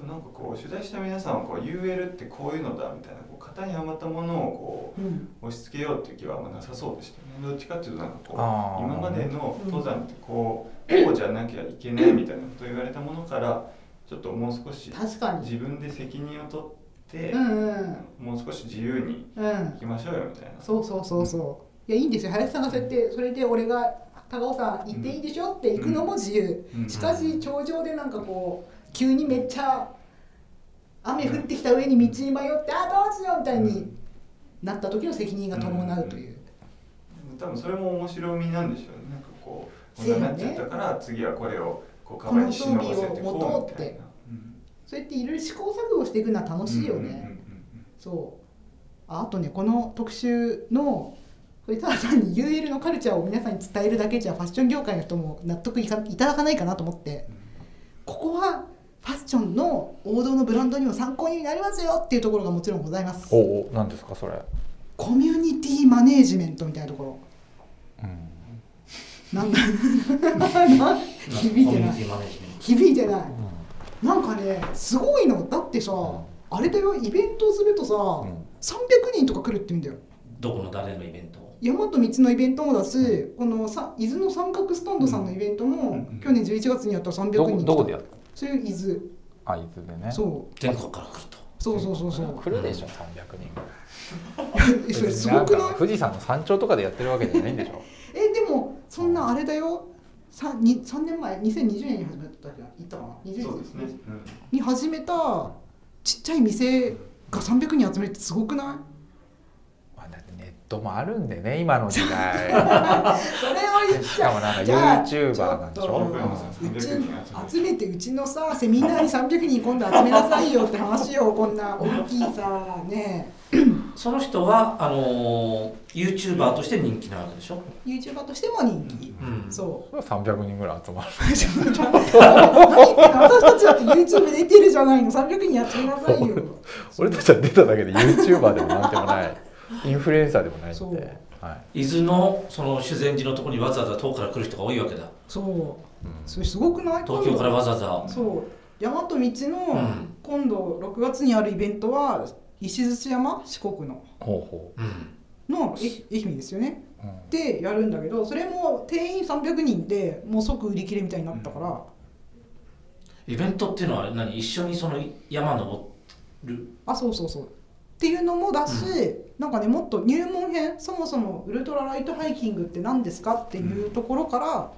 Speaker 4: でもなんかこう取材した皆さんはこう UL ってこういうのだみたいなこう型にはまったものをこ
Speaker 1: うん、
Speaker 4: う押し付けようっていう気はあんまなさそうでしたねどっちかっていうとなんかこう
Speaker 3: あー
Speaker 4: 今までの登山ってこうこうじゃなきゃいけないみたいなことを言われたものからちょっともう少し
Speaker 1: 確かに
Speaker 4: 自分で責任を取って
Speaker 1: うんうん
Speaker 4: もう少し自由に
Speaker 1: うん
Speaker 4: 行きましょうよみたいな
Speaker 1: そうそうそうそういやいいんですよ林さんがそうやってそれで俺が高尾さん行っていいでしょって行くのも自由、
Speaker 4: うん
Speaker 1: しかし頂上でなんかこう急にめっちゃ雨降ってきた上に道に迷ってあどうしようみたいになった時の責任が伴うという、
Speaker 4: 多分それも面白みなんでしょうねなんかこうこ
Speaker 1: せや
Speaker 4: ん
Speaker 1: ね
Speaker 4: ななっちゃったから次はこれをこうカバンに忍ばせて
Speaker 1: この装備を持
Speaker 4: こと
Speaker 1: うっ
Speaker 4: うみ
Speaker 1: て
Speaker 4: たいな。うん
Speaker 1: そうやっていろいろ試行錯誤していくのは楽しいよね、
Speaker 4: うんうんうんうん
Speaker 1: そうああとねこの特集のこれただ単に UL のカルチャーを皆さんに伝えるだけじゃファッション業界の人も納得いかいただかないかなと思ってここはファッションの王道のブランドにも参考になりますよっていうところがもちろんございます
Speaker 3: おお何ですかそれ、
Speaker 1: コミュニティマネージメントみたいなところ
Speaker 3: うん、
Speaker 1: なんだなん 響い
Speaker 2: コミ
Speaker 1: て
Speaker 2: ュ
Speaker 1: な
Speaker 2: ニテ
Speaker 1: い
Speaker 2: ィマネジメン
Speaker 1: 響いてないなんかねすごいのだってさあれだよイベントするとさ、
Speaker 3: ん
Speaker 1: 300人とか来るって言うんだよ
Speaker 2: トどこの誰のイベントを
Speaker 1: 山と道のイベントもだし、このさ伊豆の三角スタンドさんのイベントも、
Speaker 4: うん
Speaker 1: 去年11月にやったら300
Speaker 3: ど
Speaker 1: 人
Speaker 3: こ
Speaker 1: 来た
Speaker 3: どこでやった
Speaker 1: それ伊豆
Speaker 3: あ伊豆でね
Speaker 1: そう
Speaker 2: 全国から来ると
Speaker 1: そうそうそうそう
Speaker 3: 来るでしょ300人ぐらい
Speaker 1: え それすごくない
Speaker 3: んか富士山の山頂とかでやってるわけじゃないんでしょ
Speaker 1: えでもそんなあれだよ 3, に3年前2020年に始めたじゃん行ったかな20年
Speaker 4: そうですね。
Speaker 1: に始めたちっちゃい店が300人集めるってすごくな
Speaker 3: まあだってネットもあるんでね今の時代
Speaker 1: いそれを言っ
Speaker 3: し
Speaker 1: ち
Speaker 3: か
Speaker 1: ゃ
Speaker 3: もなんか
Speaker 1: じゃあ
Speaker 3: YouTuber なんでし
Speaker 1: ちょ
Speaker 3: ょ
Speaker 1: っと
Speaker 4: う。
Speaker 1: うんち
Speaker 4: 300人集
Speaker 1: 集めてうちのさセミナーに300人今度集めなさいよって話よこんな大きいさね
Speaker 2: その人はあのー、YouTuber として人気なわけでしょ、
Speaker 1: ユーチューバーとしても人気。
Speaker 2: うん
Speaker 1: そう。
Speaker 3: 300人ぐらい集まる
Speaker 1: 何言ってんの私たちだって YouTube 出てるじゃないの300人やってみなさいよ
Speaker 3: 俺たちは出ただけで YouTuber でもなんでも ないインフルエンサーでもないん
Speaker 1: そう
Speaker 3: で、はい
Speaker 2: 伊豆のその修善寺のところにわざわざ遠くから来る人が多いわけだ
Speaker 1: そう
Speaker 3: うん
Speaker 1: それすごくない
Speaker 2: 東京からわざわざ
Speaker 1: そう大和道
Speaker 2: う
Speaker 1: の
Speaker 2: ん
Speaker 1: 今度6月にあるイベントは石鎚山四国の
Speaker 3: ほうほ
Speaker 2: うん
Speaker 1: のえ愛媛ですよね
Speaker 3: う、うん
Speaker 1: でやるんだけどそれも定員300人でもう即売り切れみたいになったから
Speaker 2: イベントっていうのは何一緒にその山登る
Speaker 1: あそうそうそうっていうのもだし、なんかねもっと入門編そもそもウルトラライトハイキングって何ですかっていうところから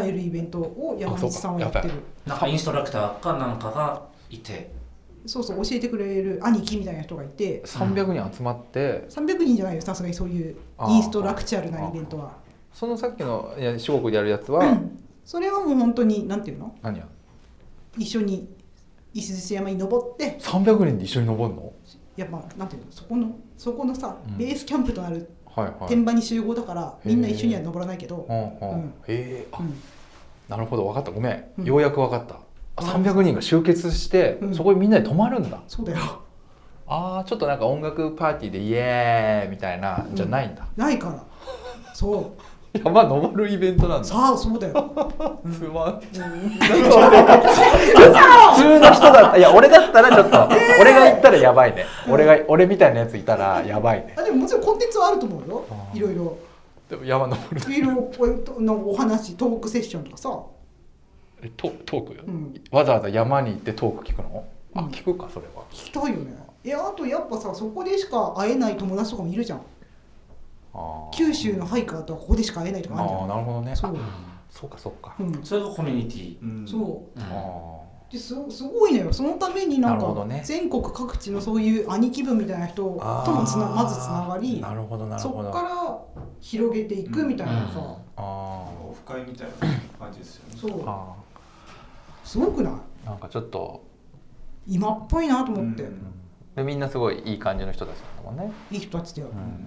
Speaker 1: 伝えるイベントを山口さんはやってる
Speaker 3: あそう
Speaker 2: なんかインストラクターかなんかがいて
Speaker 1: そうそう教えてくれる兄貴みたいな人がいて
Speaker 3: 300人集まって
Speaker 1: 300人じゃないよさすがにそういう
Speaker 3: あー
Speaker 1: インストラクチャルなイベントは
Speaker 3: そのさっきのいや四国でやるやつは
Speaker 1: それはもう本当に何ていうの
Speaker 3: 何や
Speaker 1: 一緒に石鎚山に登って
Speaker 3: 300人で一緒に登るの
Speaker 1: やっぱなんていうのそこのそこのさ、
Speaker 3: うん
Speaker 1: ベースキャンプとなる
Speaker 3: はいはい、う
Speaker 1: 天場に集合だからみんな一緒には登らないけど、
Speaker 3: んう
Speaker 1: うん
Speaker 3: ん、へえあ
Speaker 1: うん
Speaker 3: なるほど分かったごめん、
Speaker 1: うん
Speaker 3: ようやく分かったあ
Speaker 1: わかりました
Speaker 3: 300人が集結して、
Speaker 1: うん
Speaker 3: そこにみんなで泊まるんだ
Speaker 1: そうだよ
Speaker 3: あーちょっとなんか音楽パーティーでイエーイみたいなじゃないんだ、
Speaker 1: ないからそう
Speaker 3: 山登るイベント なんだ
Speaker 1: さあそうだよ
Speaker 3: すまん。 普通の人だった。いや、俺だったらちょっと、俺が行ったらやばいね。俺が、俺みたいなやついたらやばいね。
Speaker 1: あでももちろんコンテンツはあると思うよ
Speaker 3: あー
Speaker 1: いろいろ
Speaker 3: でも山登る。
Speaker 1: いろいろこういうのお話トークセッションとかさ
Speaker 3: えトトーク、
Speaker 1: ん
Speaker 3: わざわざ山に行ってトーク聞くの？あ、
Speaker 1: うん
Speaker 3: 聞くかそれは。
Speaker 1: 聞きたいよねいやあとやっぱさそこでしか会えない友達とかもいるじゃん
Speaker 3: あー
Speaker 1: 九州のハイカーとはここでしか会えないとかあるんじゃ
Speaker 3: あーなるほどね
Speaker 1: そう
Speaker 3: そうかそうか、
Speaker 1: ない、うん
Speaker 2: それがコミュニティ、
Speaker 4: うん
Speaker 1: そう
Speaker 2: うん
Speaker 3: あー
Speaker 1: ですすごいのよそのためになん
Speaker 3: なるほど
Speaker 1: か
Speaker 3: ね
Speaker 1: 全国各地のそういう兄貴分みたいな人ともつな
Speaker 3: あー
Speaker 1: まずつながり
Speaker 3: なるほどなる
Speaker 1: そ
Speaker 3: ほ
Speaker 1: こ
Speaker 3: ど
Speaker 1: から広げていくみたいなさ、
Speaker 2: うん
Speaker 3: あ
Speaker 4: オフ会みたいな感じですよね。
Speaker 3: ー
Speaker 1: そう
Speaker 3: あ
Speaker 1: すごくない
Speaker 3: ーなんかちょっと、
Speaker 1: 今っぽいなと思って、
Speaker 4: うん
Speaker 3: でみんなすごいいい感じの人たちだったもんね、
Speaker 1: いい人たちだよ、
Speaker 3: うん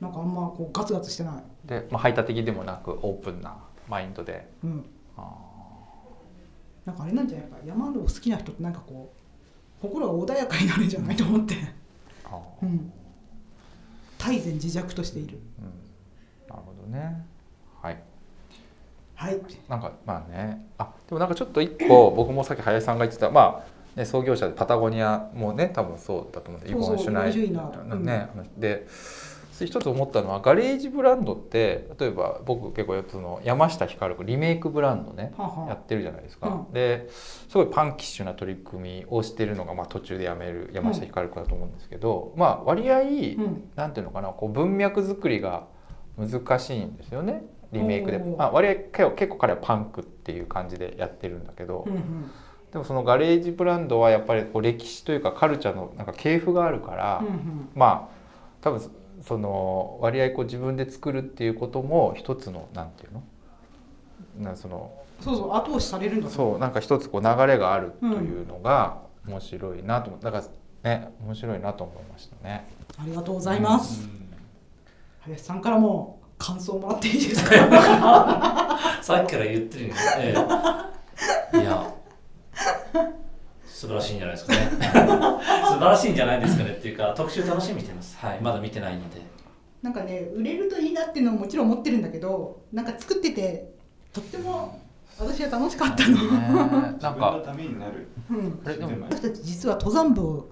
Speaker 1: なんかあんまこうガツガツしてない、
Speaker 3: で、まあ、排他的でもなくオープンなマインドで
Speaker 1: うん、
Speaker 3: あ
Speaker 1: なんかあれなんじゃないやっぱ山の好きな人ってなんかこう心が穏やかになるんじゃないと思っ て
Speaker 3: ーあ
Speaker 1: う
Speaker 3: ー、うん
Speaker 1: ん大然自弱としている
Speaker 3: なるほどねはい
Speaker 1: はい
Speaker 3: なんかまあねあでもなんかちょっと一 個僕もさっき林さんが言ってたまあ、ね、創業者でパタゴニアもね多分そうだと思うんでイ
Speaker 1: そう
Speaker 3: ボ
Speaker 1: そう
Speaker 3: ン・シュナイ
Speaker 1: イボンシュナイうん
Speaker 3: ね、で一つ思ったのはガレージブランドって例えば僕結構やっぱその山下光君リメイクブランドね
Speaker 1: はあはあ
Speaker 3: やってるじゃないですか、
Speaker 1: う
Speaker 3: ですごいパンキッシュな取り組みをしてるのが、まあ、途中でやめる山下光君だと思うんですけど、まあ割合、
Speaker 1: うん
Speaker 3: なんていうのかなこう文脈作りが難しいんですよねリメイクで、
Speaker 1: おー
Speaker 3: まあ、割合結構結構彼はパンクっていう感じでやってるんだけど、
Speaker 1: うんうん
Speaker 3: でもそのガレージブランドはやっぱりこう歴史というかカルチャーのなんか系譜があるから、
Speaker 1: うんうん
Speaker 3: まあ多分そその割合こう自分で作るっていうことも一つのなんていうのなその
Speaker 1: そうそう後押しされるんだ
Speaker 3: そうなんか一つこう流れがあるというのが面白いなと思って、だからね面白いなと思いましたね。
Speaker 1: ありがとうございます、
Speaker 4: うん
Speaker 1: 林さんからも感想もらっていいですか
Speaker 2: さっきから言ってるよね、ええいや素晴らしいんじゃないですかね 素晴らしいんじゃないですかねっていうか特集楽しみにしてますはいまだ見てないので
Speaker 1: なんかね売れるといいなっていうのももちろん思ってるんだけどなんか作っててとっても私は楽しかったの、
Speaker 3: ねな
Speaker 4: 自
Speaker 3: ん
Speaker 4: 分の
Speaker 3: か
Speaker 4: ためになる。
Speaker 1: うん、
Speaker 3: あれでも
Speaker 1: 私たち実は登山部を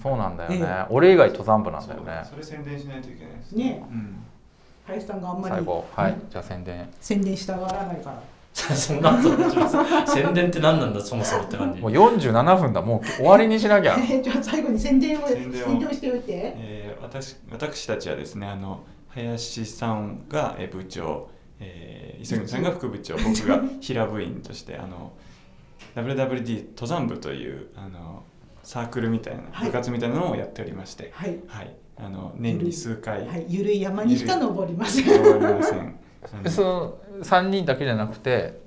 Speaker 3: そうなんだよね、
Speaker 1: ええ
Speaker 3: 俺以外登山部なんだよ
Speaker 4: そう
Speaker 3: ね
Speaker 4: それ宣伝しないといけないです
Speaker 1: ね
Speaker 4: うん
Speaker 1: 林さんがあんまり
Speaker 3: 最後はい、
Speaker 1: うん
Speaker 3: じゃあ宣伝
Speaker 1: 宣伝したがらないから
Speaker 2: そんなことないです宣伝って何なんだそもそもって感じ
Speaker 3: もう47分だもう終わりにし なきゃ
Speaker 1: えじゃあ最後に宣伝を
Speaker 4: 宣伝を
Speaker 1: 宣伝をしておいて
Speaker 4: えー私私たちはですねあの林さんがえー部長、えー、磯野さんが 副部長僕が平部員としてあの WWD 登山部というあのサークルみたいな
Speaker 1: はい
Speaker 4: 部活みたいなのをやっておりまして、
Speaker 1: はい、
Speaker 4: はいあの年に数回、
Speaker 1: はい、ゆるい山にしか登りません
Speaker 4: 終わりませんあの
Speaker 3: その3人だけじゃなくて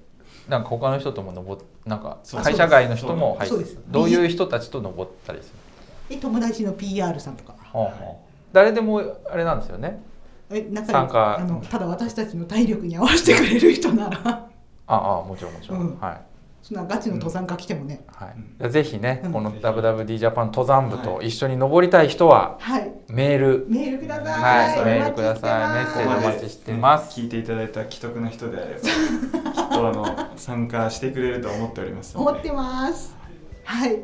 Speaker 3: なんか他の人とも登っなんか
Speaker 4: そう
Speaker 3: 会社外の人も入
Speaker 1: そう
Speaker 3: っ
Speaker 1: です
Speaker 3: てどういう人たちと登ったりする、
Speaker 1: え友達の PR さんとか
Speaker 3: ほうほう誰でもあれなんですよね
Speaker 1: え仲良
Speaker 3: 参
Speaker 1: く
Speaker 3: 加
Speaker 1: あのただ私たちの体力に合わせてくれる人なら
Speaker 3: ああもちろんもちろん、
Speaker 1: うん
Speaker 3: はい
Speaker 1: そんなガチの登山家来てもね、
Speaker 3: はい
Speaker 4: うん
Speaker 3: じゃあぜひね、
Speaker 1: うん
Speaker 3: この
Speaker 4: ぜひ
Speaker 3: WWD ジャパン登山部と一緒に登りたい人は
Speaker 1: はい
Speaker 3: メール、
Speaker 1: メールくだ
Speaker 3: は
Speaker 1: さい、
Speaker 3: い
Speaker 1: お
Speaker 3: メー
Speaker 1: 待ち
Speaker 3: ルくださ
Speaker 1: し
Speaker 3: いメ
Speaker 1: て
Speaker 3: ッセ
Speaker 1: ます
Speaker 3: ージお待ちしてます
Speaker 4: 聞いていただいた既得な人で あればきっとあの参加してくれると思っておりますので
Speaker 1: 思ってますはい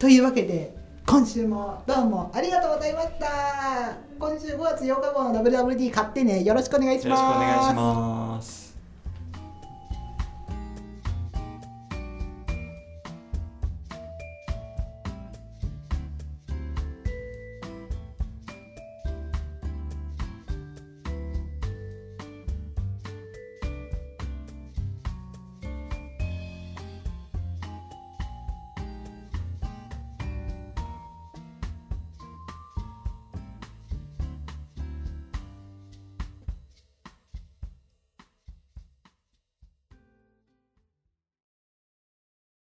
Speaker 1: というわけで今週もどうもありがとうございました今週5月8日号の WWD 買ってねよろしくお願いし
Speaker 4: よ
Speaker 1: ま
Speaker 4: ろ
Speaker 1: す
Speaker 4: しくお願いします